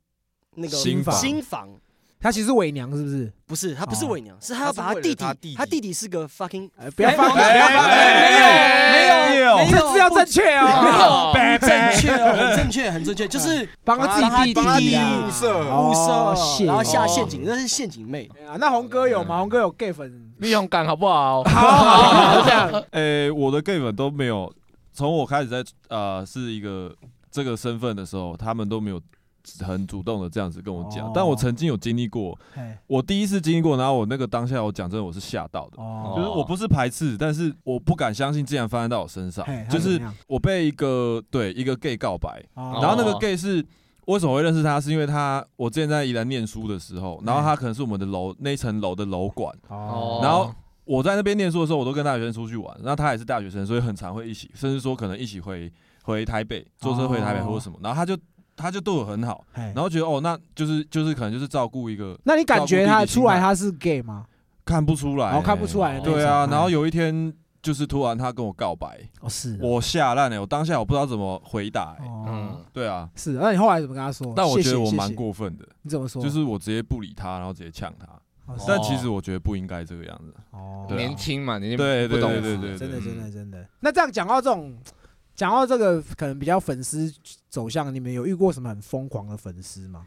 E: 那个
D: 心
A: 房
E: 心房。
A: 他其实是伪娘是不是？
E: 不是，她不是
A: 哦
E: 伪娘，是她要把
C: 她是
E: 弟
C: 为了
E: 弟
C: 她弟，弟
E: 她弟弟是个 fucking
A: 哎不要发，
E: 哎
A: 不要发，
E: 哎
A: 没有，没有，
E: 没有
A: 这资料正确
E: 没
A: 哦，
E: 有
A: 拜
E: 正
A: 拜
E: 确哦，很正确，很正确，就是
A: 帮他自己弟
C: 帮她
A: 弟
C: 弟
A: 啊
C: 弟物色
E: 物
A: 哦
E: 色，然后下
A: 谢
E: 陷阱，那是陷阱妹。啊
A: 哎呀那红哥有吗？红哥有 gay 粉？
B: 利用感好不好？
A: 好好好，这样
D: 诶、我的 gay 粉都没有，从我开始在呃是一个这个身份的时候，他们都没有很主动的这样子跟我讲。
A: 哦
D: 但我曾经有经历过，
A: 哎
D: 我第一次经历过，然后我那个当下我讲真的我是吓到的，
A: 哦
D: 就是我不是排斥，但是我不敢相信竟然发生到我身上
A: 嘿，他
D: 就
A: 怎么
D: 是
A: 样
D: 我被一个对一个 gay 告白，
A: 哦
D: 然后那个
B: 哦
D: gay 是。为什么会认识他？是因为他我之前在宜兰念书的时候，然后他可能是我们的楼那一层楼的楼管，
A: 哦
D: 然后我在那边念书的时候，我都跟大学生出去玩，那他也是大学生，所以很常会一起，甚至说可能一起回回台北，坐车回台北
A: 哦
D: 或者什么。然后他就他就对我很好，
A: 嘿
D: 然后觉得哦，那就是就是可能就是照顾一个
A: 那你感觉他
D: 照顾弟弟
A: 出来
D: 心态
A: 他是 gay 吗？
D: 看不出来、
A: 哦，看不出来的那种。
D: 对啊，
A: 嗯
D: 然后有一天就是突然他跟我告白，
A: 哦是
D: 我吓烂了，我当下我不知道怎么回答、欸，
A: 哦
D: 嗯，对啊，
A: 是，那你后来怎么跟他说？
D: 但我
A: 哦谢
D: 觉
A: 谢
D: 得我
A: 谢
D: 蛮
A: 谢
D: 过分的，
A: 你怎么说？
D: 就是我直接不理他，然后直接呛他
A: 哦是。
D: 但其实我觉得不应该这个样子。哦
B: 年轻嘛年轻
D: 对
B: 不
D: 对
B: 懂
D: 对
B: 事
D: 对对，
A: 真的真的
D: 的。
A: 真的。那这样讲到这种，讲到这个可能比较粉丝走向，你们有遇过什么很疯狂的粉丝吗？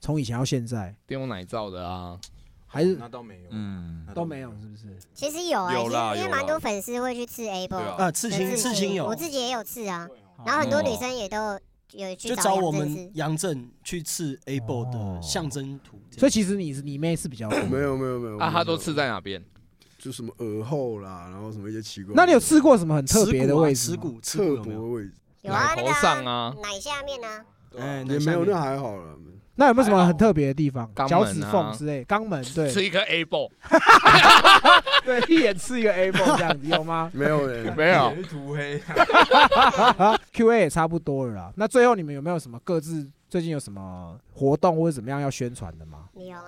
A: 从以前到现在，
B: 电用奶造的啊，
A: 还是
C: 那倒没有，
D: 嗯，
A: 都没有，是不是？
F: 其实有啊，
B: 有啦
F: 因为因为
B: 有啦
F: 蛮多粉丝会去刺 A 波
B: 对啊
E: 啊刺青刺青有哦
F: 我自己也有刺啊，然后很多女生也都有去
E: 就找我
F: 杨振
E: 们
F: 刺。
E: 杨振去刺 able 的象征图，
A: 哦所以其实你是你妹是比较
G: 没有没有没有，
B: 啊，他都刺在哪边？
G: 就什么耳后啦，然后什么一些奇怪。
A: 那你有吃过什么很
G: 啊
A: 特别的位置
E: 耻
A: 吗？
E: 骨刺
G: 侧
E: 骨有
G: 脖
E: 没
G: 的
E: 有？
G: 位置
F: 有啊，
B: 奶
F: 那
B: 头
F: 个
B: 上啊，
F: 奶下面啊，
E: 哎，
G: 也没有，
E: 那
G: 那
E: 下面
G: 还好了。
A: 那有没有什么很特别的地方
B: 哎肛？门
A: 脚趾
B: 啊
A: 缝之 类，肛门对
B: 吃一颗 A b l
A: 对，一眼吃一个 A 梦这样子有吗
G: 没有嘞，
B: 没有
C: 也是涂 黑。
A: ？Q&A 也差不多了啦。那最后你们有没有什么各自最近有什么活动或者怎么样要宣传的吗？
F: 你有啊？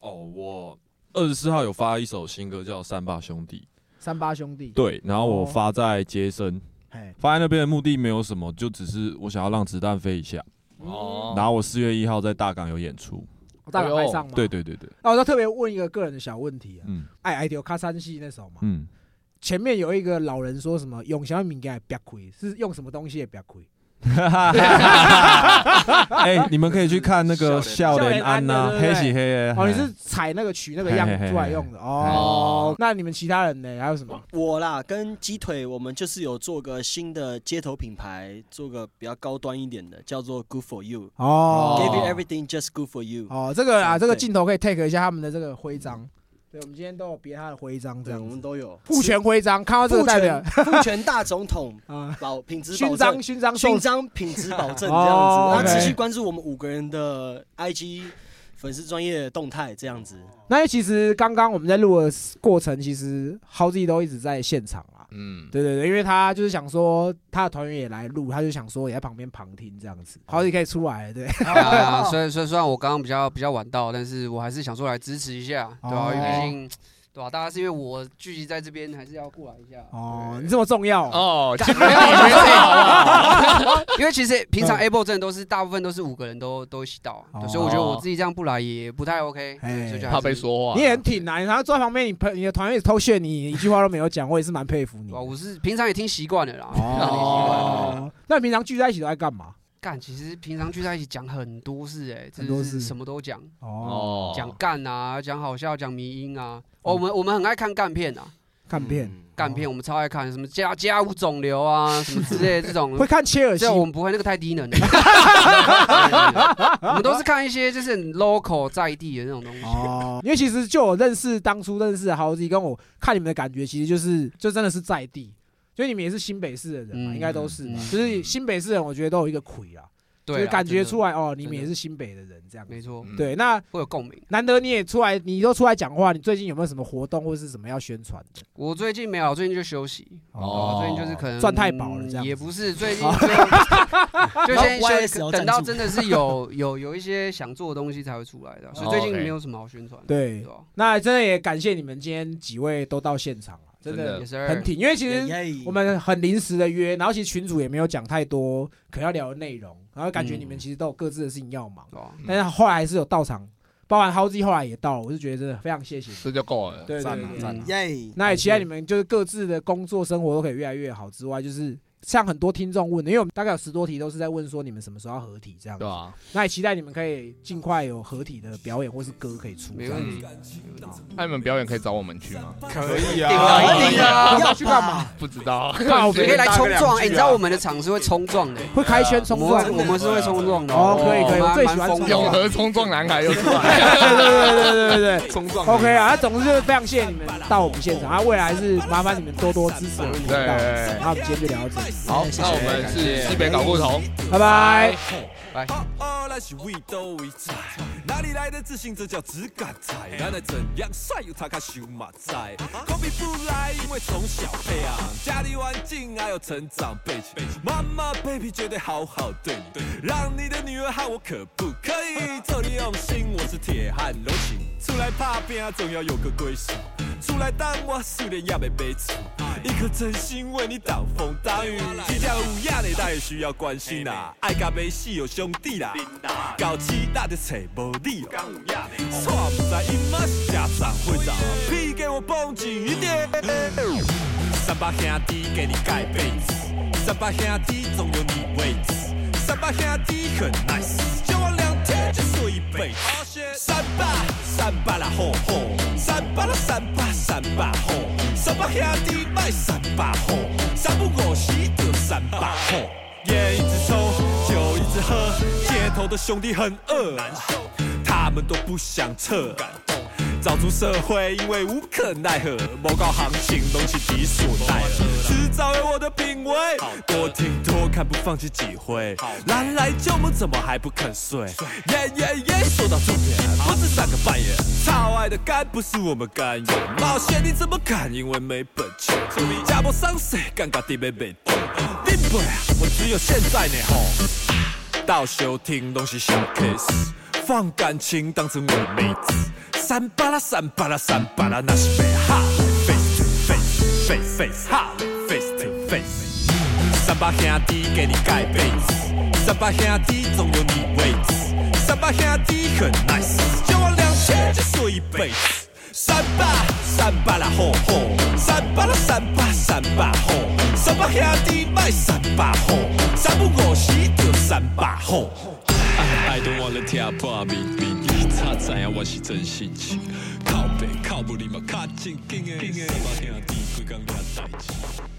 D: 哦，
H: Oh,
D: 我二十四号有发一首新歌叫《三霸兄弟
A: 三八兄弟》，，哦
D: 对，然后我发在街声，
A: 嘿，
D: 发在那边的目的没有什么，就只是我想要让子弹飞一下。
B: 哦，
D: 然后我四月一号在大港有演出。
A: 哦大
B: 哎
A: 概
B: 呦
A: 拍上吗？
D: 对对对对，
A: 那我要特别问一个个人的小问题啊，
D: 嗯
A: 哎，爱丢卡山戏那首嘛，
D: 嗯，
A: 前面有一个老人说什么用什么物件别亏，是用什么东西也别亏，
D: 哎，你们可以去看那个
C: 笑
D: 笑
A: 脸
D: 脸安呐，
A: 笑脸安的对
D: 黑
A: 不对
D: 喜黑
A: 哦，你是采那个曲那个样
D: 嘿嘿嘿
A: 出来用的哦。那你们其他人呢？还有什么？
E: 我啦，跟鸡腿，我们就是有做个新的街头品牌，做个比较高端一点的，叫做 Good for You。
A: 哦
E: Give you everything, just good for you。
A: 哦，这个啊，
E: 对
A: 这个镜头可以 take 一下他们的这个徽章。对，我们今天都有别他的徽章，这
E: 对，我
A: 样
E: 们
A: 子。
E: 都有
A: 父权徽章，看到这个
E: 父
A: 代表
E: 权父权大总统
A: 啊，
E: 保品质保
A: 勋章，
E: 证，
A: 勋章，
E: 勋章品质保证这
A: 哦
E: 样子。那
A: OK
E: 持续关注我们五个人的 IG 粉丝专业动态这样子。
A: 那因为其实刚刚我们在录的过程，其实 h o z y 都一直在现场啊。
B: 嗯，
A: 对对对，因为他就是想说他的团员也来录，他就想说也在旁边旁听这样子，好，你可以出来了，对，
K: 啊，虽然虽然虽然我刚刚比较比较晚到，但是我还是想说来支持一下，对吧、
A: 哦
K: 因为毕竟，对吧、啊大家是因为我聚集在这边，还是要过来一下。
A: 哦，你这么重要
B: 哦，
A: 哦，
B: 没有没有，
K: 因为其实平常 able 真的都是大部分都是五个人都都一起到啊、
A: 嗯哦
K: 所以我觉得我自己这样不来也不太 OK，
A: 哎
K: 对所以就还是
B: 怕被。说话，
A: 你也很挺啊，然后坐在旁边，你朋你的团员一直偷炫你，一句话都没有讲，我也是蛮佩服你
K: 对吧、
A: 的。
K: 我是平常也听习惯了啦。
A: 哦，那你平常聚在一起都在干嘛？
K: 干，其实平常聚在一起讲很多事、哎，
A: 很多
K: 真的
A: 事
K: 是什么都讲，
A: 哦，嗯
B: 哦，
K: 讲干啊，讲好笑，讲迷音啊。哦，我们我们很爱看干片啊，
A: 看片，
K: 干
A: 哦
K: 片我们超爱看，什么家家务肿瘤 啊，什么之类的这种
A: 会看切尔西
K: 这我们不会，那个太低能了。啊我们都是看一些就是 local 在地的那种东西。
A: 哦， 因为其实就我认识当初认识的豪弟，跟我看你们的感觉，其实就是就真的是在地，所以你们也是新北市的人嘛，
K: 嗯
A: 应该都是嘛，
K: 嗯
A: 就是新北市人，我觉得都有一个魁啊，就
K: 对
A: 是
K: 啦，
A: 感觉
K: 真的
A: 出来哦，你们
K: 真的
A: 也是新北的人这样子。
K: 没错，
B: 嗯
A: 对，那
K: 会有共鸣。
A: 难得你也出来，你都出来讲话，你最近有没有什么活动或是什么要宣传的？
K: 我最近没有，最近就休息。
B: 哦
K: 哦，最近就是可能
A: 赚太饱了这样子
K: 也不是最近
A: 哦
K: 就 就先
E: 然后
K: 先
E: YSL
K: 等到
E: 赞助
K: 真的是有 有有一些想做的东西才会出来的，啊所以最近
B: 哦，OK
K: 没有什么好宣传的。
A: 对
K: 吧？
A: 那真的也感谢你们今天几位都到现场了，真
B: 真
A: 的
B: 的
K: 也是
A: 很挺，因为其实
E: 耶耶
A: 我们很临时的约，然后其实群主也没有讲太多可要聊的内容，然后感觉
K: 嗯
A: 你们其实都有各自的事情要忙，
K: 对吧？
A: 但是后来还是有到场，包含 Howzy 后来也到了，我是觉得真的非常谢谢你，
B: 这就够了，
A: 对对
C: 赞啊
A: 对
C: 赞
A: 对，
E: 耶！
A: 那也期待你们就是各自的工作生活都可以越来越好之外，就是。像很多听众问的，因为我们大概有十多题都是在问说你们什么时候要合体这样子
B: 对，吧？
A: 那也期待你们可以尽快有合体的表演或是歌可以出。
K: 没问题，
B: 那你们表演可以找我们去吗？
C: 可以
K: 啊
C: 啊，
K: 可以啊
E: 要去干嘛？
B: 不知道，
A: 靠
K: 你可以来冲撞，
C: 大概两句啊
K: 哎，你知道我们的场是会冲撞的，
A: 会开圈冲
K: 我
A: 撞
K: 们，我们是会冲撞的
A: 哦可以可以
K: 蛮
A: 我最喜
K: 蛮
A: 欢
K: 疯
A: 冲
K: 狂的
A: 撞
B: 永和冲撞男孩又出来，
A: 对对对对对对。
C: 冲撞
A: OK 啊，那总之就是非常谢谢你们到我们现场，啊，未来还是麻烦你们多多支持我们频道。
B: 对
A: 那我们今天就聊到这里，
B: 好，那我们是西北搞不同。
A: 拜拜。
H: 哦哦，那是味都为在，哪里来的自信？这叫质感才。咱来怎样帅有他卡修马在，口比不来，因为从小培
L: 啊
H: 养家里环境还有成长背景。妈妈 baby 绝对好好对你，让你的女儿喊我可不可
L: 可以这里用心，我是铁汉柔情。出来打拼总要有个归属，出来当我虽然也没背负，一颗真心为你挡风挡雨。即将有影的，咱也需要关心啦，爱甲没死有兄弟啦，搞基咱就找无你啦。错不知因妈是家长会长，屁给我绷紧一点。三八兄弟给你盖被子，三八兄弟总有你位置，三八兄弟很 nice，交往两天就睡一辈子。三八三八啦吼吼，三八啦三八三八吼，三八兄弟卖三八吼，三不五时就三八吼。烟一直抽，酒一直喝，街头的兄弟很饿，他们都不想撤。早出社会，因为无可奈何，某高行情拢是理所奈何。迟早有我的品味，多听多看，不放弃机会。南来旧梦怎么还不肯睡？耶耶耶！说到重点，不是三个半夜。超爱的肝不是我们甘愿，冒险你怎么敢？因为没本钱。家破伤势，尴尬地被被动。林北啊，我只有现在呢吼。到休听拢是小 case，放感情当成我妹子。三八啦，三八啦，三八啦，那是被哈，face to face face face 哈，face to face。三八兄弟给你盖被子，三八兄弟总有你位置，三八兄弟很 nice，交往两天就睡一辈子。三八三八啦吼吼，三八啦三八三八吼，三八兄弟卖三八吼，三不五时就三八吼。
M: I don't wanna 听半面面，你早知影我是真性情，靠背靠不离嘛较正经的，三八兄弟规工惹代志。